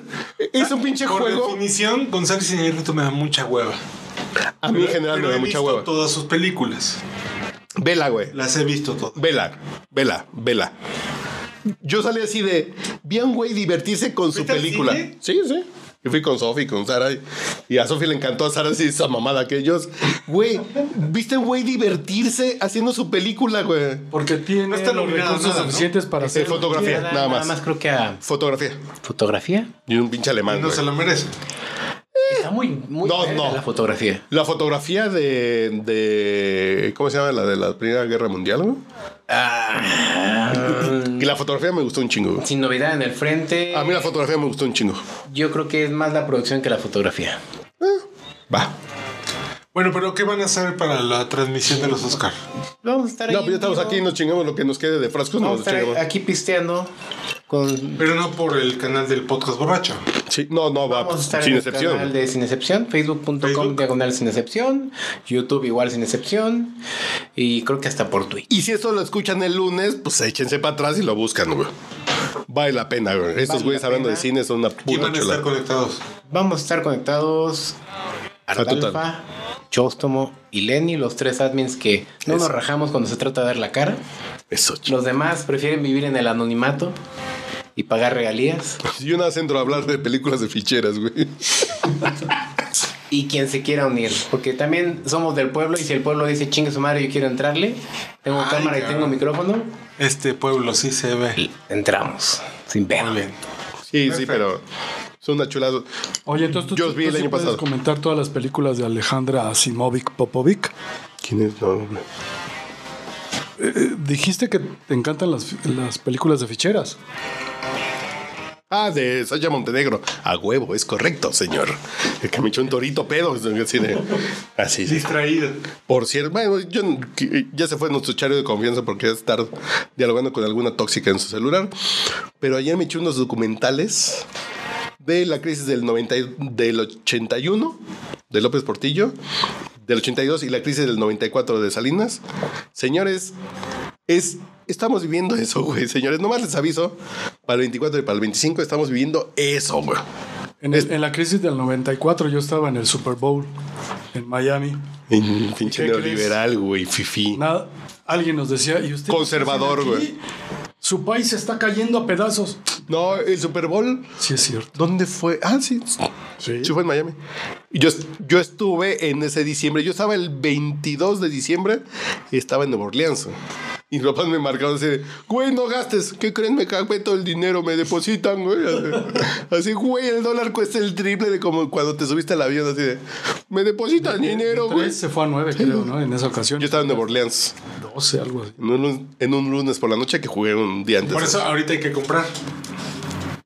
S7: es un pinche
S8: Por
S7: juego.
S8: definición, González Iñárritu me da mucha hueva.
S7: A mí en general
S8: Pero
S7: me da
S8: he
S7: mucha
S8: visto
S7: hueva.
S8: todas sus películas.
S7: Vela, güey.
S8: Las he visto todas.
S7: Vela, vela, vela. Yo salí así de, vi a un güey divertirse con su
S8: ¿Fuiste al
S7: película.
S8: cine?
S7: Sí, sí. Yo fui con Sofi, con Sara, y, y a Sofi le encantó a Sara así esa mamada que ellos. Güey, viste a un güey divertirse haciendo su película, güey.
S9: Porque tiene los recursos suficientes para hacer
S7: hacer Eh, fotografía, nada, más.
S12: creo que a...
S7: Fotografía.
S12: ¿Fotografía?
S7: Y un pinche alemán.
S8: No
S7: güey.
S8: se lo merece.
S12: Está muy, muy
S7: No,
S12: verga
S7: no.
S12: la fotografía.
S7: La fotografía de, de. ¿Cómo se llama? La de la Primera Guerra Mundial, güey. Y la fotografía me gustó un chingo. güey.
S12: Sin novedad en el frente.
S7: A mí la fotografía me gustó un chingo.
S12: Yo creo que es más la producción que la fotografía.
S7: Va.
S8: Bueno, pero ¿qué van a hacer para la transmisión de los Oscar?
S12: Vamos a estar ahí.
S7: No, pues ya estamos aquí y nos chingamos lo que nos quede de frascos.
S12: Vamos
S7: Nos
S12: a
S7: lo
S12: estar
S7: chingamos.
S12: aquí pisteando. Con...
S8: Pero no por el canal del podcast borracho.
S7: Sí, no, no, va.
S12: Vamos a estar
S7: Sin
S12: en
S7: excepción.
S12: el canal de Sin Excepción, facebook.com diagonal Sin Excepción, YouTube igual Sin Excepción y creo que hasta por Twitch.
S7: Y si esto lo escuchan el lunes, pues échense para atrás y lo buscan, güey. Vale la pena, güey. Estos
S12: Vale
S7: güeyes
S12: la
S7: hablando
S12: pena.
S7: de cine son una
S8: ¿Y
S7: puta
S8: van a estar
S7: chula.
S8: conectados?
S12: Vamos a estar conectados
S7: Ah,
S12: Adalfa, Chóstomo y Lenny, los tres admins que no nos
S7: Eso.
S12: rajamos cuando se trata de dar la cara.
S7: Eso,
S12: Los demás prefieren vivir en el anonimato y pagar regalías.
S7: Y una centro a hablar de películas de ficheras, güey.
S12: Y quien se quiera unir, porque también somos del pueblo y si el pueblo dice chingue su madre, yo quiero entrarle, tengo cámara y tengo micrófono,
S8: Este pueblo sí se ve.
S12: entramos sin ver.
S8: Muy bien.
S7: Sí, sí, pero son una chulada.
S9: Oye, entonces tú,
S7: Yo os vi
S9: tú
S7: el
S9: sí
S7: año
S9: puedes
S7: pasado.
S9: comentar todas las películas de Alejandra Asimovic Popovic.
S7: ¿Quién es? No, güey.
S9: Eh, dijiste que te encantan las, las películas de ficheras.
S7: Ah, de Sasha Montenegro. A huevo, es correcto, señor. El que me echó un torito pedo. Así, de, así sí.
S8: Distraído.
S7: Por cierto, bueno, yo, eh, ya se fue nuestro chario de confianza porque ya estar dialogando con alguna tóxica en su celular. Pero ayer me eché unos documentales de la crisis del, 90, y- del 81 de López Portillo, del 82 y la crisis del 94 de Salinas. Señores, es, estamos viviendo eso, güey. Señores, nomás les aviso, para el 24 y para el 25 estamos viviendo eso, güey.
S9: En, el- en la crisis del 94 yo estaba en el Super Bowl en Miami.
S7: En Pinche
S9: ¿Qué crees?
S7: neoliberal, güey, fifi.
S9: Nada, alguien nos decía, ¿y usted?
S7: Conservador,
S9: ¿qué hacen aquí? Su país se está cayendo a pedazos.
S7: No, el Super Bowl
S9: Sí, es cierto.
S7: ¿Dónde fue? Ah, sí.
S9: Sí.
S7: Sí, fue en Miami. Y Yo, yo estuve en ese diciembre. Yo estaba el 22 de diciembre y estaba en Nueva Orleans. Y mis papás me marcaron así, de, güey, no gastes. ¿Qué creen? Me cagué todo el dinero, me depositan, güey. Así, güey, el dólar cuesta el triple de como cuando te subiste al avión, así de, me depositan dinero,
S9: Tres
S7: güey.
S9: se fue a nueve, creo, ¿no? En esa ocasión.
S7: Yo estaba en Nueva Orleans,
S9: 12, algo así.
S7: en un, lun- en un lunes por la noche que jugué un día antes.
S8: Por eso ahorita hay que comprar.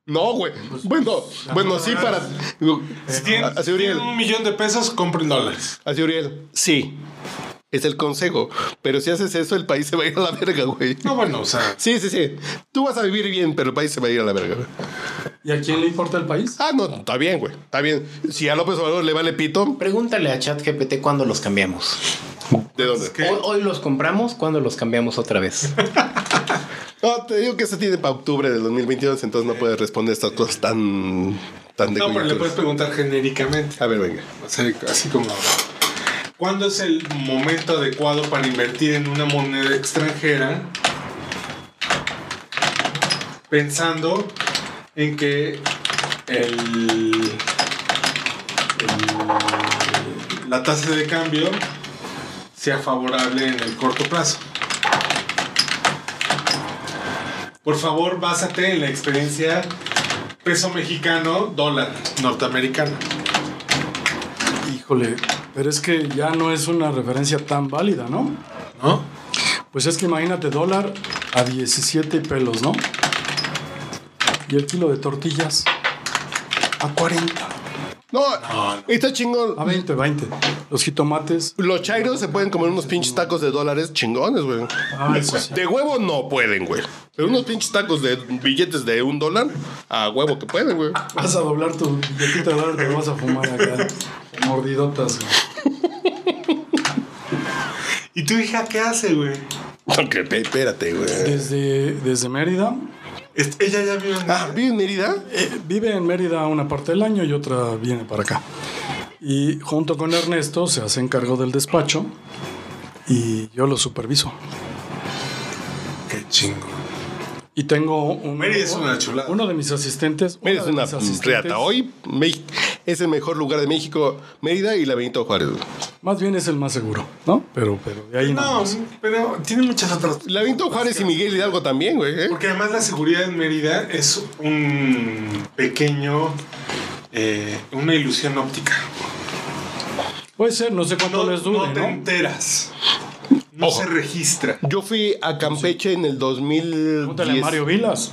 S7: No, güey. Bueno,
S8: Pues,
S7: bueno,
S8: ah,
S7: sí para...
S8: Si tienen,
S7: Ah, Así,
S8: si
S7: Uriel.
S8: tienen un millón de pesos, compren dólares.
S7: Así, Ah, Uriel. Sí. Es el consejo. Pero si haces eso, el país se va a ir a la verga, güey.
S8: No, bueno, o sea,
S7: Sí, sí, sí. Tú vas a vivir bien, pero el país se va a ir a la verga. güey.
S9: ¿Y a quién le importa el país?
S7: Ah, no, está bien, güey. Está bien. Si a López Obrador le vale pito,
S12: Pregúntale a ChatGPT cuándo los cambiamos.
S7: ¿de dónde?
S12: Hoy, hoy los compramos, ¿cuándo los cambiamos otra vez?
S7: No, te digo que se tiene para octubre del 2022, entonces no puedes responder estas cosas tan, tan de
S8: no, pero le
S7: coyuntura.
S8: puedes preguntar genéricamente.
S7: A ver, venga.
S8: O sea, así como. ¿Cuándo es el momento adecuado para invertir en una moneda extranjera? Pensando en que el- el- la tasa de cambio sea favorable en el corto plazo. Por favor, básate en la experiencia peso mexicano, dólar norteamericano.
S9: Híjole, pero es que ya no es una referencia tan válida, ¿no?
S8: ¿No?
S9: Pues es que imagínate dólar a 17 pelos, ¿no? Y el kilo de tortillas a 40.
S7: No, está chingón.
S9: A 20, 20. Los jitomates.
S7: Los chairos se pueden comer unos pinches tacos de dólares chingones, güey.
S9: Ah, eso sí.
S7: De huevo no pueden, güey. Pero unos pinches tacos de billetes de un dólar, a huevo que pueden, güey.
S9: Vas a doblar tu billetito de dólar, te lo vas a fumar acá. Mordidotas, güey.
S8: ¿Y tu hija qué hace, güey?
S7: No, que pe- espérate, güey.
S9: Desde, desde Mérida.
S8: ella ya vive en
S7: Ah, ¿vive en Mérida?
S9: vive en Mérida una parte del año y otra viene para acá. Y junto con Ernesto se hace encargo del despacho y yo lo superviso.
S8: Qué chingo.
S9: Y tengo un,
S8: Mérida es una chulada.
S9: uno de mis asistentes.
S7: Mérida es
S9: una de
S7: una
S9: mis asistentes,
S7: reata. Hoy Mex- es el mejor lugar de México, Mérida y la Benito Juárez. güey.
S9: Más bien es el más seguro, ¿no? Pero, pero de ahí no. pues.
S8: No, pero tiene muchas otras.
S7: La Benito Juárez y Miguel Hidalgo también, güey. ¿eh?
S8: Porque además la seguridad en Mérida es un pequeño. eh, una ilusión óptica.
S9: Puede ser, no sé cuánto
S8: No,
S9: les dure,
S8: no te
S9: ¿no?
S8: enteras. No se registra.
S7: Yo fui a Campeche en el
S9: Pregúntale a
S7: 2010.
S9: Mario Vilas.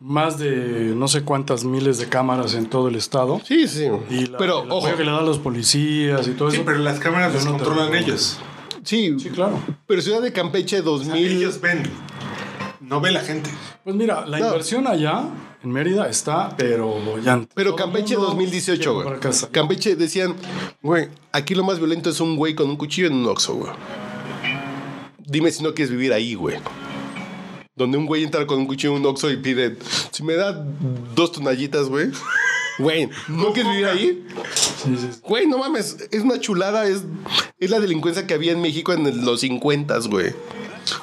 S9: Más de no sé cuántas miles de cámaras en todo el estado.
S7: Sí, sí.
S9: Y la,
S7: Pero,
S9: el apoyo
S7: ojo.
S9: que le dan los policías y todo
S8: Sí,
S9: eso.
S8: pero las cámaras
S9: pues Yo
S8: las
S9: no te
S8: controlan
S9: recuerdo.
S8: ellos.
S7: Sí,
S9: Sí, claro.
S7: pero Ciudad de Campeche 2000.
S8: Ellos ven. No ve la gente.
S9: Pues mira, la
S7: No.
S9: inversión allá en Mérida está, pero bollante.
S7: Pero
S9: Todo el
S7: Campeche
S9: mundo
S7: 2018,
S9: quiere
S7: güey.
S9: comprar casa.
S7: Campeche decían, güey, aquí lo más violento es un güey con un cuchillo en un oxo, güey. Dime si no quieres vivir ahí, güey. Donde un güey entra con un cuchillo en un oxo y pide, si me da dos tonallitas, güey. Güey, ¿no quieres vivir ahí?
S9: Sí, sí, sí.
S7: Güey, no mames, es una chulada, es, es la delincuencia que había en México en los 50, güey.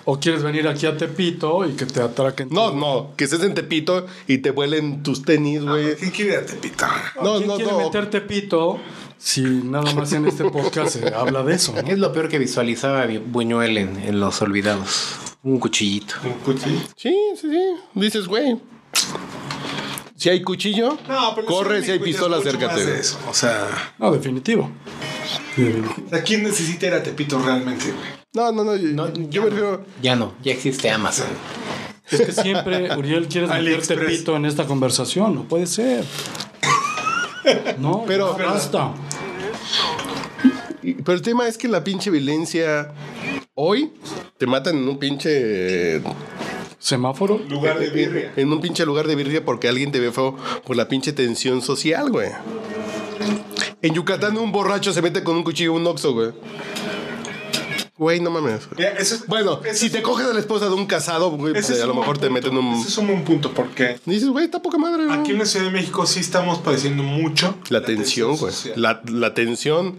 S9: O quieres venir aquí a Tepito y que te atraquen.
S7: No, no, que estés en Tepito y te vuelen tus tenis, güey.
S8: Eh, ¿Quién quiere ir a Tepita?
S7: No,
S9: ¿Quién
S7: no,
S9: Ah, quiere
S7: no.
S9: meter Tepito si nada más en este podcast se habla de eso? ¿no?
S12: Es lo peor que visualizaba Buñuel en, en Los Olvidados. Un cuchillito.
S8: Un cuchillo.
S7: Sí, sí, sí. Dices, güey. Si hay cuchillo,
S8: No, pero
S7: corre. Si hay
S8: México
S7: pistola,
S8: ya es mucho más de
S7: acércate.
S8: eso. O sea,
S9: No, definitivo.
S8: o sea, ¿quién necesita ir a Tepito realmente, güey?
S7: No, no, no. Yo, yo prefiero.
S12: Ya no, ya existe Amazon.
S9: Es que siempre, Uriel, quieres meter
S8: AliExpress.
S9: Tepito en esta conversación. No puede ser. No,
S7: Pero-
S9: ya basta.
S7: y- Pero el tema es que la pinche violencia. Hoy te matan en un pinche.
S9: Semáforo.
S8: Lugar de birria.
S7: En un pinche lugar de birria porque alguien te ve feo por la pinche tensión social, güey. En Yucatán un borracho se mete con un cuchillo en un oxo, güey. Güey, no mames.
S8: Mira, eso es-
S7: Bueno,
S8: eso
S7: si
S8: es-
S7: te coges a la esposa de un casado, güey,
S8: ese
S7: pues,
S8: es
S7: a lo
S8: un
S7: mejor te
S8: punto.
S7: meten un.
S8: Ese es un buen punto porque
S7: Dices, güey, está poca madre, güey.
S8: aquí en la Ciudad de México sí estamos padeciendo mucho
S7: La tensión, güey.
S8: social.
S7: La, la tensión.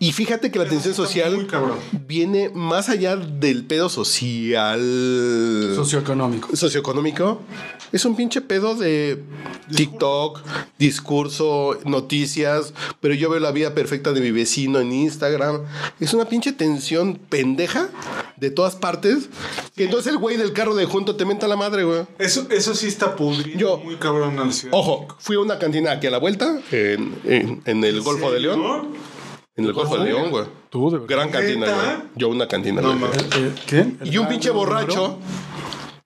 S7: Y fíjate que la tensión
S8: está muy
S7: social
S8: cabrón.
S7: viene más allá del pedo social.
S9: Socioeconómico.
S7: socioeconómico. Es un pinche pedo de TikTok, discurso, noticias. Pero yo veo la vida perfecta de mi vecino en Instagram. Es una pinche tensión pendeja de todas partes. Que entonces el güey del carro de junto te menta la madre, güey.
S8: Eso, eso sí está pudriendo
S7: Yo-
S8: muy cabrón a la ciudad.
S7: Ojo, fui a una cantina aquí a la vuelta en, en- en el Golfo de León.
S8: ¿No?
S7: En el Golfo de León, güey.
S9: Tú, de verdad.
S7: Gran cantina,
S8: ¿Neta?
S7: güey. Yo una cantina,
S8: No
S7: güey.
S8: mames.
S9: Eh, ¿Qué?
S7: Y un pinche borracho.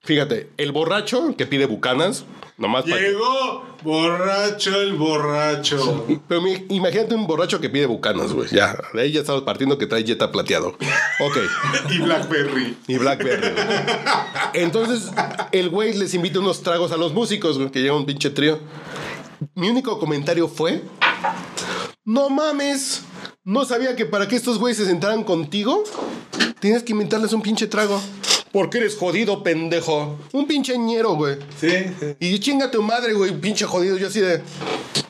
S7: Fíjate, el borracho que pide bucanas, nomás para.
S8: Llegó borracho el borracho.
S7: Pero mi- imagínate un borracho que pide bucanas, güey. Ya, de ahí ya estamos partiendo que trae Jetta plateado. Ok.
S8: y Blackberry.
S7: Y Blackberry. güey. Entonces, el güey les invita unos tragos a los músicos, güey, que llega un pinche trío. Mi único comentario fue: No mames, no sabía que para que estos güeyes se sentaran contigo, tienes que inventarles un pinche trago. Porque eres jodido, pendejo. Un pinche ñero, güey.
S8: Sí, sí.
S7: Y chinga tu madre, güey, pinche jodido. Yo así de.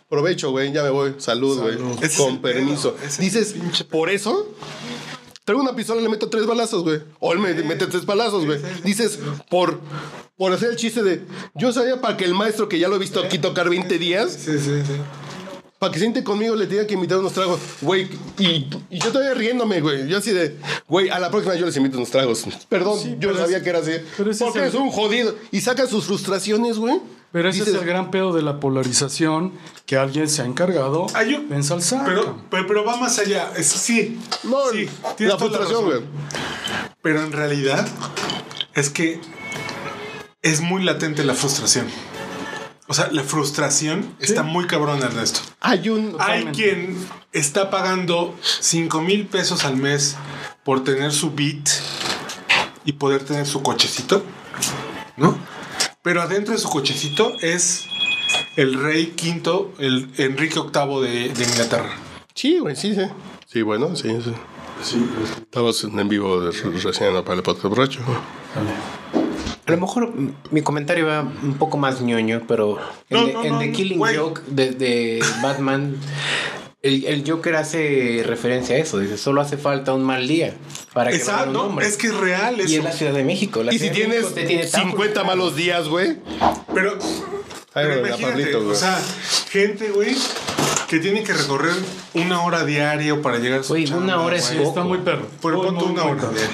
S7: Provecho, güey, ya me voy. Salud, güey.
S8: Ese es el
S7: Con
S8: pedo,
S7: permiso.
S8: ese es el
S7: Dices, por eso. Traigo una pistola y le meto tres balazos, güey. O él me mete tres balazos, güey. Dices, por, por hacer el chiste de. Yo sabía para que el maestro que ya lo he visto aquí tocar 20 días,
S8: Sí, sí, sí.
S7: para que siente conmigo le tenía que invitar unos tragos. Güey, y, y yo todavía riéndome, güey. Yo así de, güey, a la próxima yo les invito unos tragos. Perdón, yo no sabía que era así. porque
S9: es el-
S7: es un jodido. Y saca sus frustraciones, güey.
S9: Pero ese
S7: Dices,
S9: es el gran pedo de la polarización que alguien se ha encargado de ensalzar.
S8: Pero, pero, pero va más allá. Es- sí.
S7: No,
S8: tienes
S7: la
S8: toda
S7: frustración,
S8: razón. Pero en realidad es que es muy latente la frustración. O sea, la frustración está muy cabrón, Ernesto.
S7: Hay un.
S8: Hay quien está pagando 5 mil pesos al mes por tener su beat y poder tener su cochecito, ¿no? Pero adentro de su cochecito es el rey quinto, el Enrique VIII de, de Inglaterra.
S7: Sí, güey, sí, sí. Sí, bueno, sí, sí.
S8: pues
S7: Estamos en vivo de- recién para el podcast borracho.
S12: A lo mejor mm, mi comentario va un poco más ñoño, pero en,
S8: No,
S12: The-
S8: no,
S12: en
S8: no,
S12: The
S8: no,
S12: Killing Joke de, de Batman, el, el Joker hace referencia a eso. Dice, solo hace falta un mal día para que
S8: Exacto,
S12: valga un hombre".
S8: es que es real
S12: Y
S8: eso.
S12: es la Ciudad de México. La
S7: Y si
S12: Ciudad de
S7: tienes
S12: México te tiene tacos.
S7: 50 malos días, güey.
S8: Pero, pero
S7: güey, la
S8: imagínate,
S7: Pablito, güey.
S8: o sea, gente, güey, que tiene que recorrer una hora diario para llegar a su Oye,
S12: una hora es
S9: Está muy perro.
S8: Pero ponte una hora diaria.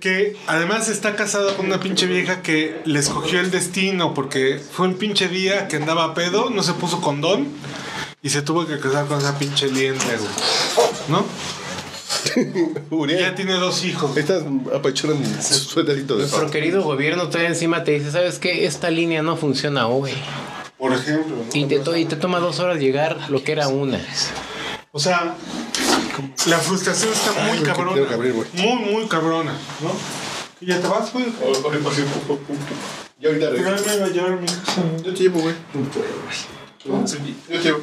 S8: Que además está casada con una pinche vieja que le escogió el destino porque fue un pinche día que andaba a pedo, no se puso condón y se tuvo que casar con esa pinche liente, güey. ¿No? Ya tiene dos hijos.
S7: Estas apachuran su suéterito de
S12: Nuestro querido gobierno todavía encima te dice, ¿sabes qué? Esta línea no funciona hoy.
S8: Por ejemplo.
S12: Y te, to- y te toma dos horas llegar lo que era una.
S8: O sea, la frustración está muy cabrona. muy, muy cabrona, ¿no? ¿Y ya te vas, güey?
S7: Yo ahorita
S8: regreso. Yo me voy a llevar mi
S7: Yo te llevo, güey. Yo te llevo.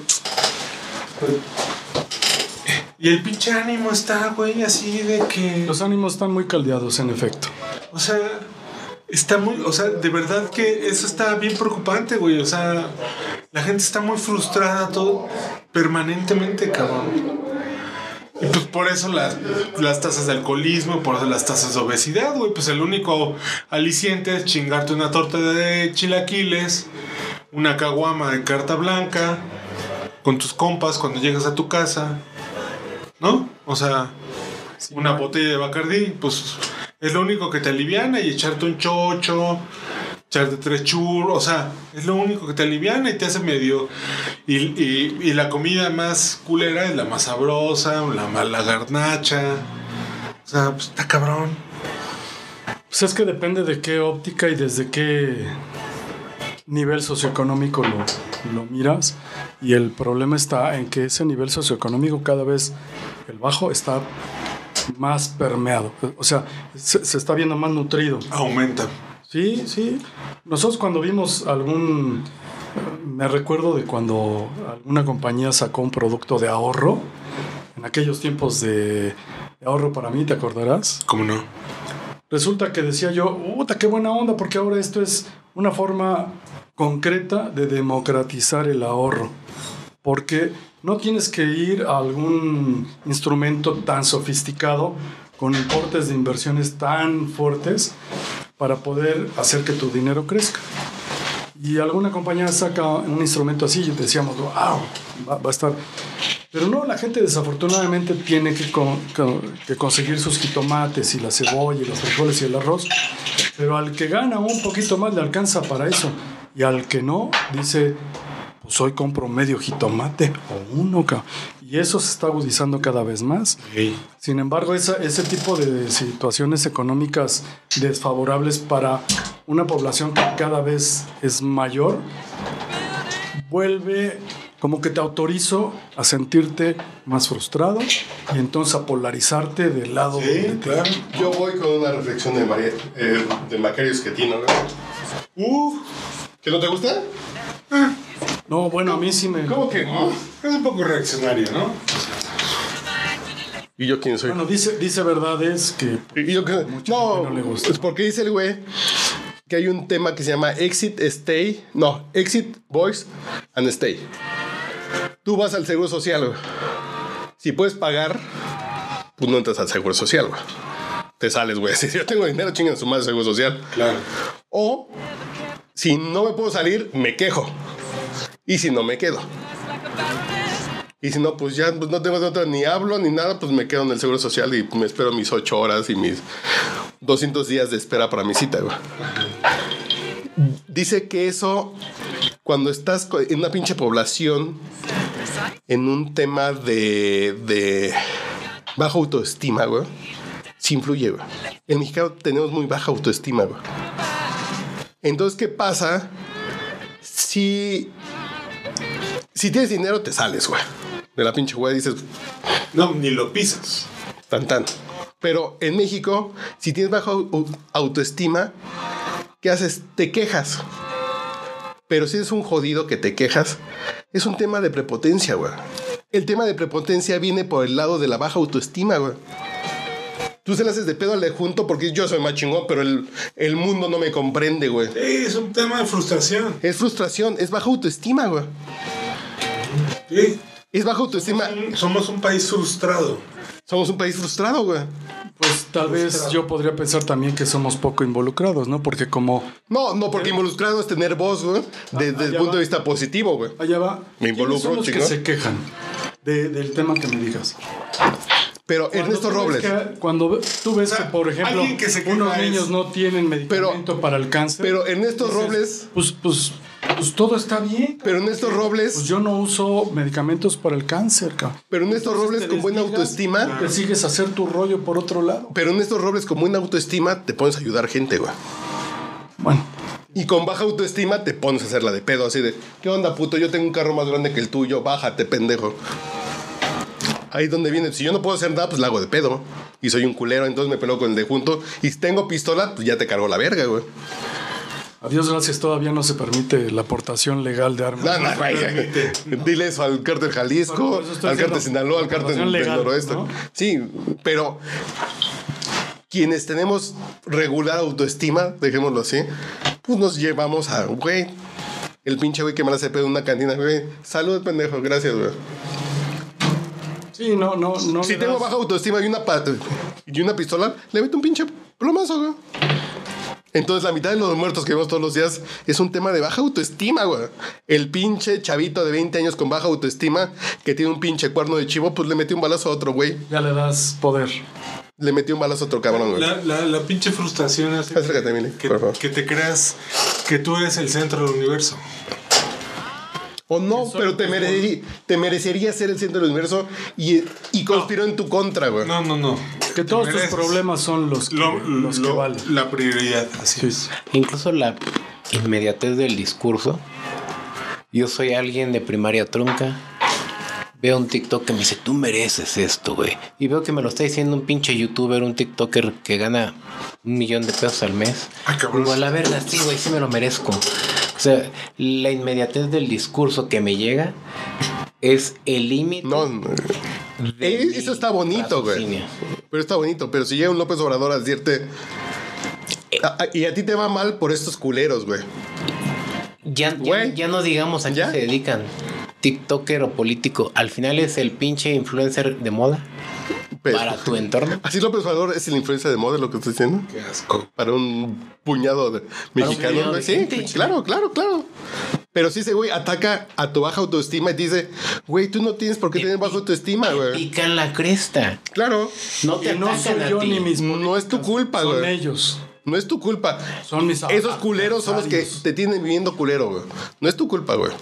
S8: Y el pinche ánimo está, güey, así de que.
S9: Los ánimos están muy caldeados, en efecto.
S8: O sea, está muy. O sea, de verdad que eso está bien preocupante, güey. O sea, la gente está muy frustrada, todo permanentemente, cabrón. Y pues por eso las, las tasas de alcoholismo, por eso las tasas de obesidad, güey. Pues el único aliciente es chingarte una torta de chilaquiles, una caguama de carta blanca, con tus compas cuando llegas a tu casa, ¿no? O sea, una botella de Bacardí, pues es lo único que te aliviana y echarte un chocho, echarte tres churros, o sea, es lo único que te aliviana y te hace medio. Y, y- y la comida más culera es la más sabrosa, la más la garnacha. O sea, pues está cabrón.
S9: Pues es que depende de qué óptica y desde qué nivel socioeconómico lo, lo miras. Y el problema está en que ese nivel socioeconómico cada vez, el bajo, está más permeado. O sea, se, se está viendo más nutrido.
S8: Aumenta.
S9: Sí, sí. Nosotros cuando vimos algún... Me recuerdo de cuando alguna compañía sacó un producto de ahorro, en aquellos tiempos de de ahorro para mí, ¿te acordarás?
S8: ¿Cómo no?
S9: Resulta que decía yo, puta, qué buena onda, porque ahora esto es una forma concreta de democratizar el ahorro. Porque no tienes que ir a algún instrumento tan sofisticado, con importes de inversiones tan fuertes, para poder hacer que tu dinero crezca. Y alguna compañía saca un instrumento así y decíamos, wow, va, va a estar. Pero no, la gente desafortunadamente tiene que, con- con- que conseguir sus jitomates y la cebolla y los frijoles y el arroz. Pero al que gana un poquito más le alcanza para eso. Y al que no, dice, pues hoy compro medio jitomate o uno. ca-". Y eso se está agudizando cada vez más. Sin embargo, esa- ese tipo de situaciones económicas desfavorables para una población que cada vez es mayor, vuelve como que te autorizo a sentirte más frustrado y entonces a polarizarte del lado donde te-
S7: Yo voy con una reflexión de, María, eh, de Macario Esquetino, güey.
S8: Uh,
S7: ¿Que no te gusta?
S9: No, bueno, a mí sí me...
S7: ¿Cómo que no?
S8: Es un poco reaccionario, ¿no?
S7: ¿Y yo quién soy?
S9: Bueno, dice, dice verdades que...
S7: Y yo creo- no, Es porque dice el güey que hay un tema que se llama Exit, Stay. No, Exit, Voice and Stay. Tú vas al seguro social, güey. Si puedes pagar, pues no entras al seguro social, güey. Te sales, güey. Si yo tengo dinero, chingan a su madre el seguro social.
S8: Claro.
S7: O si no me puedo salir, me quejo. Y si no me quedo. Y si no, pues ya pues no tengo de otra, ni hablo ni nada, pues me quedo en el Seguro Social y me espero mis ocho horas y mis 200 días de espera para mi cita, güey. Dice que eso, cuando estás co- en una pinche población, en un tema de, de baja autoestima, güey, sí influye, güey. En México tenemos muy baja autoestima, güey. Entonces, ¿qué pasa? Si, si tienes dinero, te sales, güey. De la pinche güey dices... No, ni lo pisas. Tan, tan. Pero en México, si tienes baja au- autoestima, ¿qué haces? Te quejas. Pero si es un jodido que te quejas, es un tema de prepotencia, güey. El tema de prepotencia viene por el lado de la baja autoestima, güey. Tú se la haces de pedo al de junto porque yo soy más chingón, pero el, el mundo no me comprende, güey. es un tema de frustración. Es frustración, es baja autoestima, güey. Es baja autoestima. somos un país frustrado. Somos un país frustrado, güey.
S9: Pues tal vez yo podría pensar también que somos poco involucrados, ¿no? Porque como
S7: No, no, porque involucrado es tener voz, güey.
S9: Ah,
S7: Desde el punto de vista positivo, güey.
S9: Allá va.
S7: Me
S9: ¿Quiénes son
S7: involucro,
S9: los
S7: chingón.
S9: que se quejan de- del tema que me digas.
S7: Pero Ernesto
S9: tú ves
S7: Robles.
S9: que- cuando ve- tú ves que, por ejemplo,
S7: alguien que se queja
S9: unos
S7: es-
S9: niños no tienen medicamento para el cáncer.
S7: Pero Ernesto
S9: dices,
S7: Robles.
S9: Pues, pues, pues todo está bien.
S7: Pero Ernesto Robles.
S9: Pues yo no uso medicamentos para el cáncer, cabrón.
S7: Pero Ernesto Robles con buena autoestima.
S9: Te sigues a hacer tu rollo por otro lado.
S7: Pero en estos robles con buena autoestima te pones a ayudar gente, güey.
S9: Bueno.
S7: Y con baja autoestima te pones a hacerla de pedo, así de, ¿qué onda, puto? Yo tengo un carro más grande que el tuyo, bájate, pendejo. Ahí es donde viene, si yo no puedo hacer nada, pues la hago de pedo. Y soy un culero, entonces me peleo con el de junto. Y si tengo pistola, pues ya te cargo la verga, güey.
S9: A Dios gracias, todavía no se permite la aportación legal de armas.
S7: No, no, güey. Dile eso al cártel Jalisco,
S9: Por eso estoy
S7: al cártel
S9: diciendo,
S7: Sinaloa, al cártel
S9: información
S7: del
S9: legal,
S7: noroeste.
S9: ¿no?
S7: Sí, pero quienes tenemos regular autoestima, dejémoslo así, pues nos llevamos a, güey, el pinche güey que me la hace pedo en una cantina, güey. Salud, pendejo, gracias, güey.
S9: Sí, no, no, no.
S7: si
S9: le
S7: tengo
S9: das-
S7: baja autoestima y una, pa- y una pistola, le meto un pinche plomazo, güey. Entonces, la mitad de los muertos que vemos todos los días es un tema de baja autoestima, güey. El pinche chavito de 20 años con baja autoestima que tiene un pinche cuerno de chivo, pues le metió un balazo a otro, güey.
S9: Ya le das poder.
S7: Le metió un balazo a otro cabrón, güey.
S8: La, la- la pinche frustración hace
S7: Acércate, Mili, por favor.
S8: que te creas que tú eres el centro del universo.
S7: O no, pero te, merecería, te merecería ser el centro del universo y, y conspiró en tu contra, güey.
S8: No, no, no.
S9: Que todos tus
S8: mereces.
S9: problemas son los que, los que valen.
S8: La prioridad, así es.
S12: Incluso la inmediatez del discurso. Yo soy alguien de primaria trunca. Veo un TikTok que me dice, tú mereces esto, güey. Y veo que me lo está diciendo un pinche youtuber, un TikToker que gana un millón de pesos al mes.
S7: Ah,
S12: Digo, a la verga, sí, güey, sí me lo merezco. O sea, la inmediatez del discurso que me llega es el límite.
S7: Eh, Eso está bonito, güey. Pero está bonito. Pero si llega un López Obrador a decirte.
S12: Eh.
S7: "A- a- y a ti te va mal por estos culeros, güey.
S12: Ya, ya, ya no digamos a qué se dedican. TikToker o político. Al final es el pinche influencer de moda. Para tu entorno.
S7: Pues, Así López Obrador es la influencia de moda, lo que estoy diciendo. Qué asco. Para un puñado de mexicanos,
S12: puñado
S7: güey.
S12: de
S7: Sí,
S12: gente.
S7: claro, claro, claro. Pero si ese güey ataca a tu baja autoestima y dice, güey, tú no tienes por qué tener baja autoestima, güey.
S12: Pican la cresta.
S7: Claro.
S12: No te
S7: no
S12: atacan a ti.
S7: No es tu culpa, güey.
S9: Son ellos.
S7: No es tu culpa.
S9: Son mis
S7: Esos culeros son los que te tienen viviendo culero, güey. No es tu culpa, güey.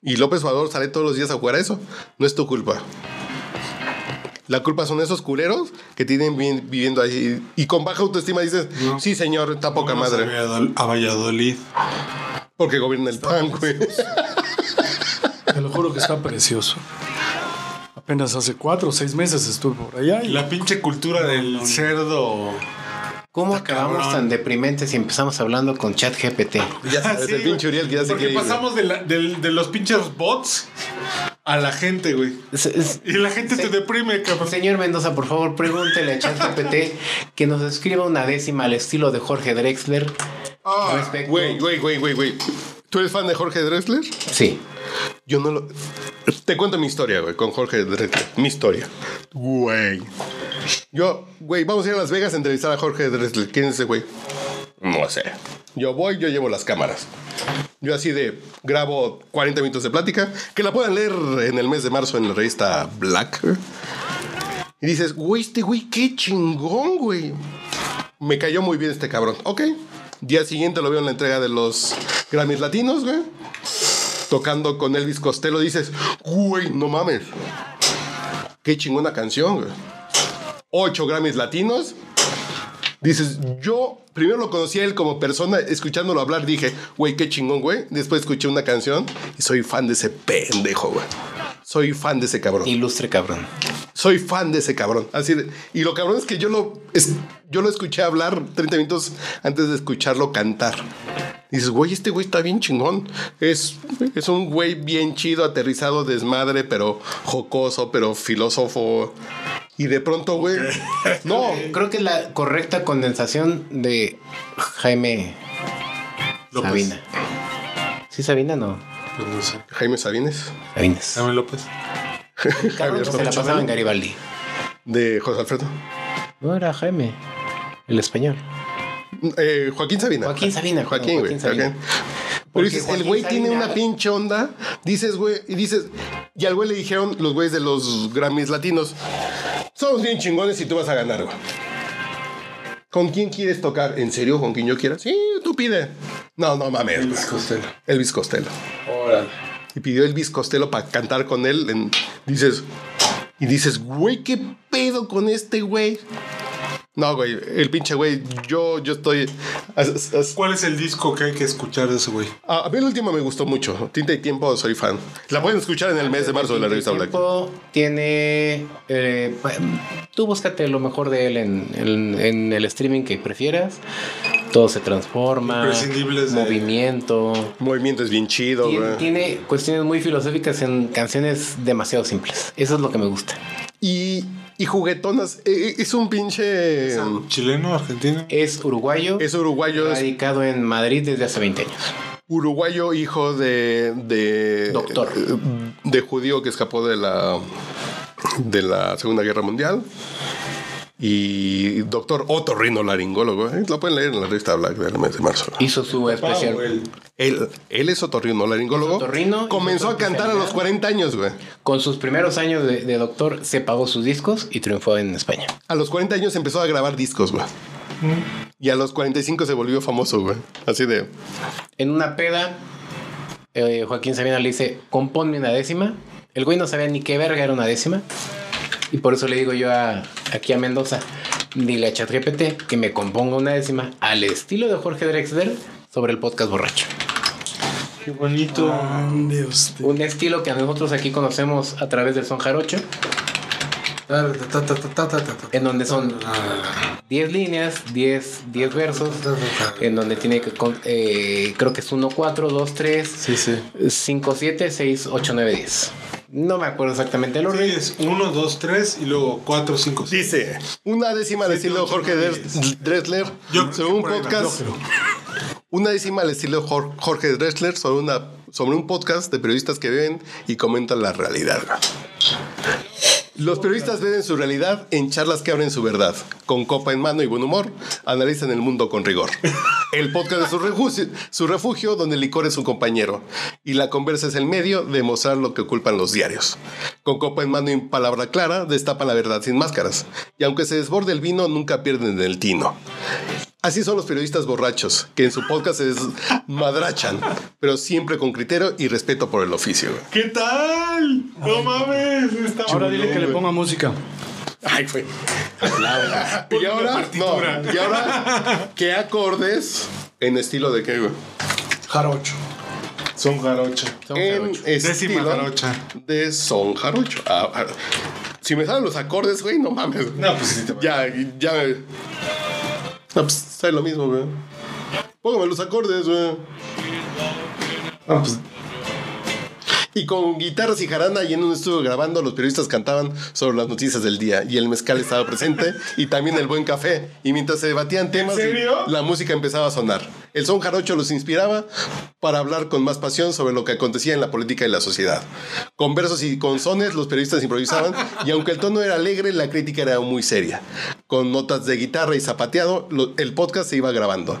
S7: Y López Obrador sale todos los días a jugar a eso. No es tu culpa. La culpa son esos culeros que tienen vi- viviendo ahí. Y con baja autoestima dices, sí, señor, está poca
S8: Vamos
S7: madre.
S8: a Valladol- A Valladolid.
S7: Porque gobierna el PAN, güey.
S9: Te lo juro que está precioso. Apenas hace cuatro o seis meses estuve por allá. Y...
S8: La pinche cultura del cerdo.
S12: ¿Cómo acabamos
S8: cabrón.
S12: tan deprimentes y empezamos hablando con ChatGPT?
S7: Ya sabes, el pinche Uriel que ya se
S8: Porque
S7: quiere ir, güey.
S8: pasamos de, la- del- de los pinches bots a la gente, güey. Y la gente te deprime, cabrón.
S12: Señor Mendoza, por favor, pregúntele a ChatGPT que nos escriba una décima al estilo de Jorge Drexler.
S7: Ah, Güey, güey, güey, güey, güey. ¿Tú eres fan de Jorge Drexler?
S12: Sí.
S7: Yo no lo. Te cuento mi historia, güey, con Jorge Drexler. Mi historia. Güey. Yo, güey, vamos a ir a Las Vegas a entrevistar a Jorge Drexler. ¿Quién es ese güey?
S16: No sé.
S7: Yo voy, yo llevo las cámaras. Yo así de grabo 40 minutos de plática, que la puedan leer en el mes de marzo en la revista Black. Y dices, güey, este güey, qué chingón, güey. Me cayó muy bien este cabrón. Ok. Día siguiente lo veo en la entrega de los Grammys Latinos, güey. Tocando con Elvis Costello. Dices, güey, no mames. Qué chingona canción, güey. Ocho Grammys Latinos. Dices, yo primero lo conocí a él como persona, escuchándolo hablar dije, güey, qué chingón, güey. Después escuché una canción y soy fan de ese pendejo, güey. Soy fan de ese cabrón.
S12: Ilustre cabrón.
S7: Soy fan de ese cabrón. Así de- y lo cabrón es que yo lo, es- yo lo escuché hablar 30 minutos antes de escucharlo cantar. Dices, güey, este güey está bien chingón. Es, es un güey bien chido, aterrizado, desmadre, pero jocoso, pero filósofo. Y de pronto, güey. No,
S12: creo que la correcta condensación de Jaime
S7: López.
S12: Sabina. ¿Sí Sabina no?
S7: Jaime Sabines.
S12: Sabines.
S8: Samuel López.
S7: Ah,
S12: Cabrón que se la pasaba en Garibaldi.
S7: De José Alfredo.
S12: No era Jaime, el español.
S7: Eh, Joaquín Sabina.
S12: Joaquín Sabina.
S7: Joaquín, güey.
S12: Joaquín Sabina.
S7: Joaquín. Pero dices,
S12: Joaquín
S7: el güey
S12: Sabina-
S7: tiene una pinche onda. Dices, güey, y dices, y al güey le dijeron los güeyes de los Grammys latinos, somos bien chingones y tú vas a ganar, güey. ¿Con quién quieres tocar? ¿En serio? ¿Con quién yo quiera? Sí, tú pide. No, no mames. Elvis Costello. Elvis Costello. Y pidió Elvis Costello para cantar con él. en- dices, y dices, güey, ¿qué pedo con este güey? No, güey, el pinche güey, yo, yo estoy...
S8: ¿Cuál es el disco que hay que escuchar de ese güey?
S7: Ah, A, a mí el último me gustó mucho. Tinta y Tiempo, soy fan. La pueden escuchar en el mes de marzo de la revista Black.
S12: Tipo, tiene. eh, pa- tú búscate lo mejor de él en, en- en el streaming que prefieras. Todo se transforma.
S8: Imprescindibles de-
S12: Movimiento.
S7: Movimiento es bien chido,
S12: Tiene,
S7: güey.
S12: tiene cuestiones muy filosóficas en canciones demasiado simples. Eso es lo que me gusta.
S7: Y, y juguetonas. Eh, eh, Es un pinche...
S8: ¿Chileno, argentino?
S12: Es uruguayo.
S7: Es uruguayo. es
S12: Radicado en Madrid desde hace 20 años.
S7: uruguayo hijo de... de
S12: Doctor.
S7: De judío que escapó de la... De la Segunda Guerra Mundial. Y doctor otorrinolaringólogo. ¿eh? Lo pueden leer en la revista Black del mes de marzo.
S12: Hizo su
S8: Ah,
S12: especial.
S7: Él, él es otorrinolaringólogo.
S12: Otorrino y
S7: Comenzó a
S12: doctor
S7: cantar a
S12: especialidad.
S7: los 40 años, güey.
S12: Con sus primeros años de, de doctor, se pagó sus discos y triunfó en España.
S7: A los 40 años empezó a grabar discos, güey. Y a los 45 se volvió famoso, güey. Así de.
S12: En una peda, eh, Joaquín Sabina le dice, componme una décima. El güey no sabía ni qué verga era una décima. Y por eso le digo yo a, aquí a Mendoza, dile a ChatGPT que me componga una décima al estilo de Jorge Drexler sobre el podcast borracho.
S8: Qué bonito.
S9: Ah,
S12: Un estilo que nosotros aquí conocemos a través del son jarocho, en donde son
S8: Ah.
S12: 10 líneas, 10, 10 versos, en donde tiene que, con- eh, creo que es 1, 4, 2, 3, 5, 7, 6, 8, 9, 10. No me acuerdo exactamente el orden.
S8: es 1, 2, 3 y luego 4, 5, 6.
S7: Dice, una décima al estilo Jorge Dres- Drexler sobre un podcast. Una décima al estilo Jor- Jorge Drexler sobre, una, sobre un podcast de periodistas que ven y comentan la realidad. Los periodistas ven su realidad en charlas que abren su verdad. Con copa en mano y buen humor, analizan el mundo con rigor. El podcast es su refugio, su refugio donde el licor es un compañero. Y la conversa es el medio de mostrar lo que oculpan los diarios. Con copa en mano y palabra clara, destapan la verdad sin máscaras. Y aunque se desborde el vino, nunca pierden el tino. Así son los periodistas borrachos, que en su podcast se madrachan, pero siempre con criterio y respeto por el oficio. güey.
S8: ¿Qué tal? No mames. Está
S9: Ahora dile que le ponga música.
S7: Ay, fue. Y ahora, no, y ahora, ¿qué acordes en estilo de qué, güey?
S8: Jarocho. Son jarocho.
S7: En
S8: Décima
S7: estilo
S8: jarocha.
S7: de son jarocho. Ah, ah, si me salen los acordes, güey, no mames. No, pues Ya, ya. No, pues sale lo mismo, güey. Póngame los acordes, güey. Ah, pues. Y con guitarras y jarana y en un estudio grabando, los periodistas cantaban sobre las noticias del día y el mezcal estaba presente y también el buen café. Y mientras se debatían temas, la música empezaba a sonar. El son jarocho los inspiraba para hablar con más pasión sobre lo que acontecía en la política y la sociedad. Con versos y con sones, los periodistas improvisaban y aunque el tono era alegre, la crítica era muy seria. con notas de guitarra y zapateado, lo- el podcast se iba grabando.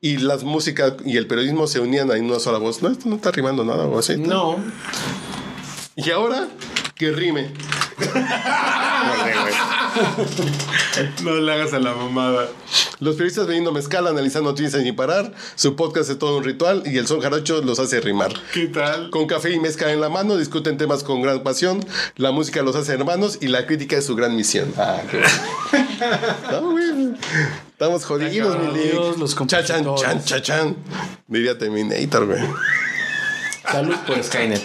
S7: Y las músicas y el periodismo se unían en una sola voz. No, esto no está rimando nada o así.
S12: No.
S7: Y ahora, que rime. No le hagas a la mamada. Los periodistas veniendo mezcal, analizando noticias sin parar. Su podcast es todo un ritual y el son jarocho los hace rimar. ¿Qué tal? Con café y mezcal en la mano, discuten temas con gran pasión. La música los hace hermanos y la crítica es su gran misión. Ah, qué No, güey. Estamos jodidos, mi Dios, los Chan, chan, chan, chan, chan. Diría Terminator, güey.
S12: Salud por Skynet.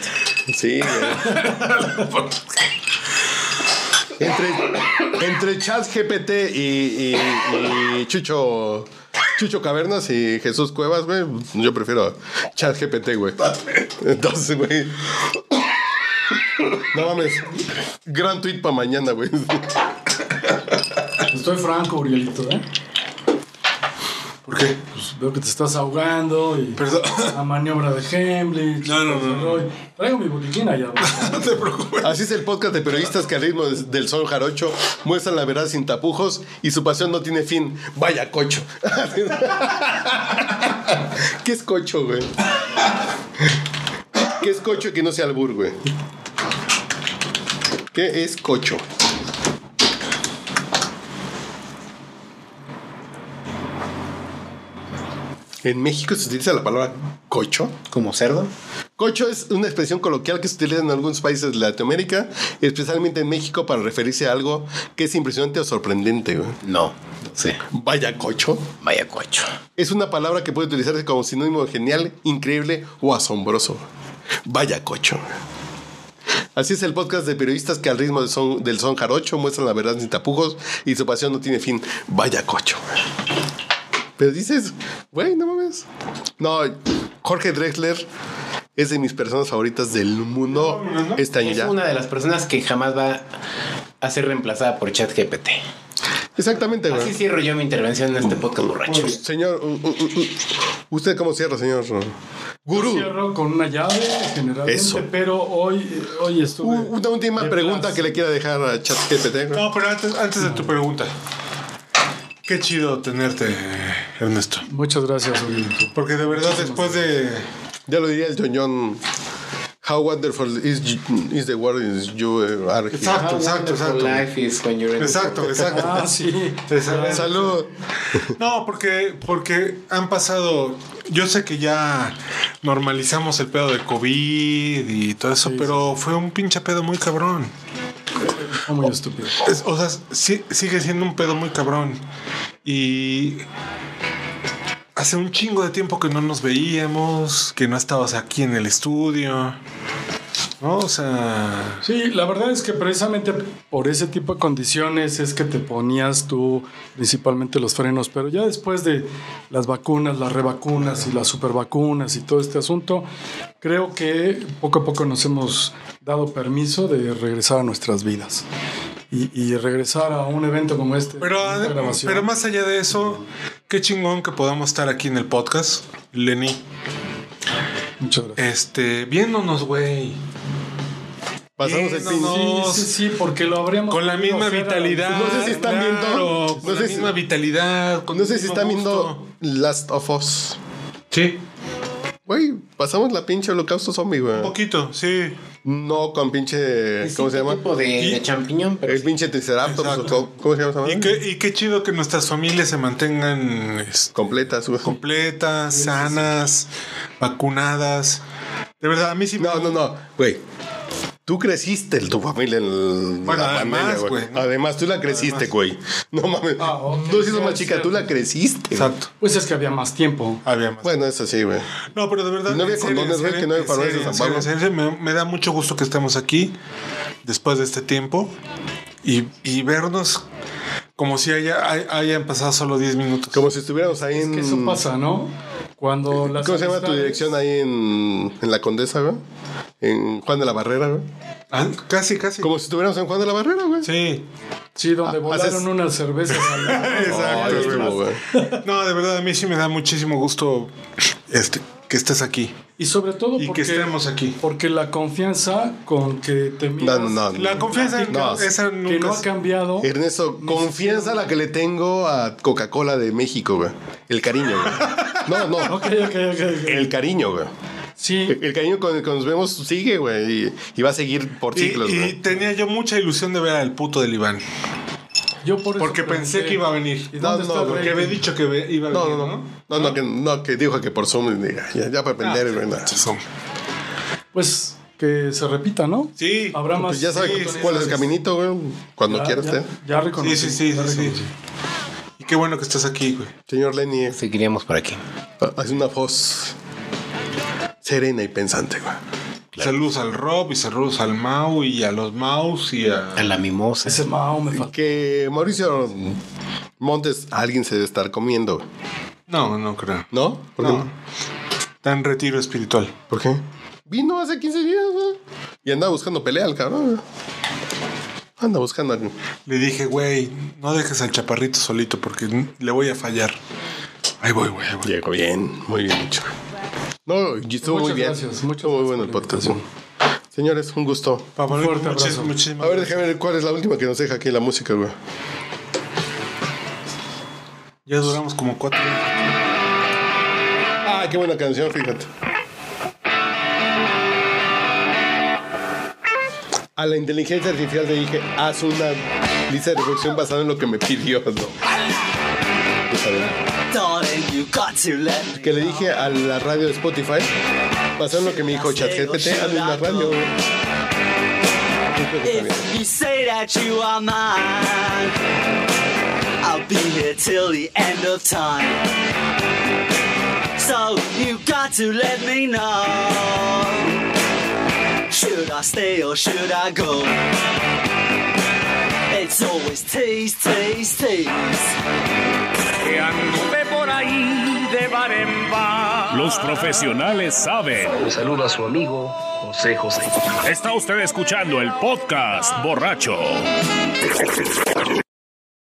S7: Sí, güey. Entre, entre ChatGPT y, y- y Chucho. Chucho Cavernas y Jesús Cuevas, güey. Yo prefiero ChatGPT, güey. Entonces, güey. No mames. Gran tweet para mañana, güey.
S9: Estoy franco, Urielito, ¿eh?
S7: ¿Por
S9: Pues
S7: qué?
S9: veo que te estás ahogando y la maniobra de Heimlich. No, no, no. Traigo mi botiquín allá. güey.
S7: Así es el podcast de periodistas que al ritmo de- del sol jarocho muestran la verdad sin tapujos y su pasión no tiene fin. Vaya cocho. ¿Qué es cocho, güey? ¿Qué es cocho que no sea albur, güey? ¿Qué es cocho? ¿En México se utiliza la palabra cocho?
S12: ¿Como cerdo?
S7: Cocho es una expresión coloquial que se utiliza en algunos países de Latinoamérica, especialmente en México, para referirse a algo que es impresionante o sorprendente.
S12: No, sí.
S7: Vaya cocho.
S12: Vaya cocho.
S7: Es una palabra que puede utilizarse como sinónimo de genial, increíble o asombroso. Vaya cocho. Así es el podcast de periodistas que al ritmo del son, del son jarocho muestran la verdad sin tapujos y su pasión no tiene fin. Vaya cocho. Pero dices, güey, no mames. No, Jorge Drexler es de mis personas favoritas del mundo este año
S12: Es
S7: ya.
S12: una de las personas que jamás va a ser reemplazada por ChatGPT.
S7: Exactamente, güey.
S12: Así cierro yo mi intervención en este podcast borracho.
S8: Pues,
S7: Señor, u- u- u- ¿usted cómo cierra, señor? Gurú.
S9: Cierro con una llave, generalmente,
S7: Eso.
S9: pero hoy, eh, hoy estuve.
S7: Una última pregunta que le quiera dejar a ChatGPT.
S8: No, pero antes, antes de tu pregunta. Qué chido tenerte, Ernesto.
S9: Muchas gracias,
S8: Porque de verdad, después de.
S7: Ya lo diría el John John. How wonderful is, y- is the world is you are here.
S8: Exacto, exacto, exacto. Exacto, exacto.
S9: Ah, sí.
S8: Exacto.
S7: Salud.
S8: No, porque, porque han pasado. Yo sé que ya normalizamos el pedo de COVID y todo eso, pero fue un pinche pedo muy cabrón.
S9: Fue muy estúpido.
S8: Es- o sea, sí- sigue siendo un pedo muy cabrón. Y hace un chingo de tiempo que no nos veíamos, que no estabas aquí en el estudio. ¿No? O sea.
S9: Sí, la verdad es que precisamente por ese tipo de condiciones es que te ponías tú principalmente los frenos, pero ya después de las vacunas, las revacunas y las supervacunas y todo este asunto, creo que poco a poco nos hemos dado permiso de regresar a nuestras vidas y, y regresar a un evento como este.
S8: Pero,
S9: esta grabación.
S8: pero más allá de eso, qué chingón que podamos estar aquí en el podcast, Lenny.
S9: Muchas gracias.
S8: Este, viéndonos, güey.
S7: Pasamos el pin.
S8: Viéndonos
S9: Sí, sí, sí, porque lo habríamos
S8: Con la
S9: podido
S8: misma
S9: hacer a-
S8: vitalidad.
S7: No sé si están viendo-
S8: claro,
S7: no
S8: Con la
S7: sé si-
S8: misma vitalidad. con
S7: No
S8: el
S7: sé si
S8: mismo
S7: están
S8: gusto.
S7: viendo Last of Us.
S8: Sí.
S7: Güey, pasamos la pinche holocausto zombie, güey.
S8: Un poquito, sí.
S7: No con pinche. ¿Cómo se llama?
S12: tipo de-
S7: Y-
S12: de champiñón,
S7: El pinche Triceratops. o
S8: Exacto.
S7: co- ¿Cómo se llama? esa
S8: Y
S7: madre?
S8: qué, y qué chido que nuestras familias se mantengan este,
S7: Completas, güey.
S8: completas, sanas, vacunadas. De verdad, a mí sí me.
S7: No, no, no, güey. Tú creciste en tu familia en el-
S8: Bueno,
S7: la
S8: además,
S7: pandemia, güey.
S8: güey,
S7: Además, tú la creciste, güey. No mames.
S9: Ah, ok,
S7: No se hizo
S9: sí,
S7: más
S9: es
S7: chica, tú
S9: cierto.
S7: la creciste.
S8: Exacto.
S9: Pues es que había más tiempo.
S8: Había más.
S7: Bueno, eso sí, güey.
S8: No, pero de verdad.
S7: No había
S8: en serio,
S7: condones,
S8: en
S7: güey,
S8: serio,
S7: que no había
S8: en
S7: farmacias
S8: serio,
S7: en San
S8: en serio, en serio, me, me da mucho gusto que estemos aquí después de este tiempo y, y vernos como si haya, hay- hayan pasado solo 10 minutos.
S7: Como si estuviéramos ahí en.
S9: Que eso pasa, ¿no? Cuando las
S7: Mm. ¿Cómo se llama tu
S9: amistades-
S7: dirección ahí en, en la Condesa, güey? En Juan de la Barrera, güey.
S8: Ah, casi, casi.
S7: Como si estuviéramos en Juan de la Barrera, güey.
S8: Sí.
S9: Sí, donde
S7: Ah,
S9: volaron
S7: haces-
S9: unas cervezas. al lado.
S7: Ay,
S8: Exacto.
S7: estuvo, güey.
S8: No, de verdad, a mí sí me da muchísimo gusto este, que estés aquí.
S9: Y sobre todo
S8: Y
S9: porque,
S8: que estemos aquí.
S9: Porque la confianza con que te miras...
S7: No, no, no. La confianza,
S9: platicas,
S7: no. esa
S9: Que
S7: nunca
S9: no ha
S7: es-
S9: cambiado.
S7: Ernesto, confianza la que le tengo a Coca-Cola de México, güey. El cariño, güey. No, no. El cariño, güey.
S9: Sí.
S7: El cariño con el que nos vemos sigue, güey. Y, y va a seguir por
S8: Y,
S7: ciclos, Pues,
S8: y
S7: güey.
S8: tenía yo mucha ilusión de ver al puto del Iván.
S9: Yo por
S8: Porque pensé que iba a venir.
S7: No, no,
S8: porque había dicho que ve- iba a
S7: No,
S8: venir.
S7: no, no. No, no, que, no, que dijo que por Zoom. Ya, ya, ya para
S8: Ah,
S7: aprender, güey. no.
S9: Pues que se repita, ¿no?
S8: Sí.
S9: Habrá más.
S7: Pues ya sabe
S9: oportunidades.
S7: cuál es el caminito, güey. Cuando
S9: Ya,
S7: quiera
S9: ya,
S7: usted.
S9: Ya reconocí.
S8: Sí, sí, sí,
S9: ya
S8: sí, sí.
S9: reconocí.
S8: Y qué bueno que estás aquí, güey.
S7: Señor Lenny.
S12: Seguiríamos por aquí.
S7: Hace una voz serena y pensante, güey.
S8: Saludos al Rob y saludos al Mau y a los Maus y a.
S12: A la mimosa.
S9: Ese Mau me falta.
S7: Que Mauricio Montes, alguien se debe estar comiendo.
S8: No, no creo.
S7: ¿No? ¿Por qué
S8: No.
S7: no?
S8: Está en retiro espiritual.
S7: ¿Por qué? Vino hace 15 días, güey. Y andaba buscando pelea al cabrón, güey. Anda buscando. al-
S8: Le dije, güey, no dejes al chaparrito solito porque le voy a fallar. Ahí voy, güey. ahí voy.
S7: Llegó bien, muy bien hecho. No, y estuvo
S9: Muchas
S7: muy bien.
S9: gracias,
S7: estuvo muy bueno el podcast. Señores, un gusto.
S8: Pablo,
S9: fuerte
S8: muchis-
S9: abrazo.
S8: muchísimas
S7: A ver, déjame ver cuál es la última que nos deja aquí la música, güey.
S8: Ya duramos como cuatro.
S7: Ah, qué buena canción, fíjate. A la inteligencia artificial le dije, haz una lista de reflexión basada en lo que me pidió. ¿no? Pues, a ver. Que le dije a la radio de Spotify, basado en lo que me dijo ChatGPT, hazme una radio. güey.
S17: If you say that you are mine, I'll be here till the end of time. So you got to let me know. Should I stay or should I go? It's always tease, tease, tease.
S2: Que anduve por ahí de Los profesionales saben.
S18: Le saluda a su amigo José José.
S2: Está usted escuchando el podcast borracho.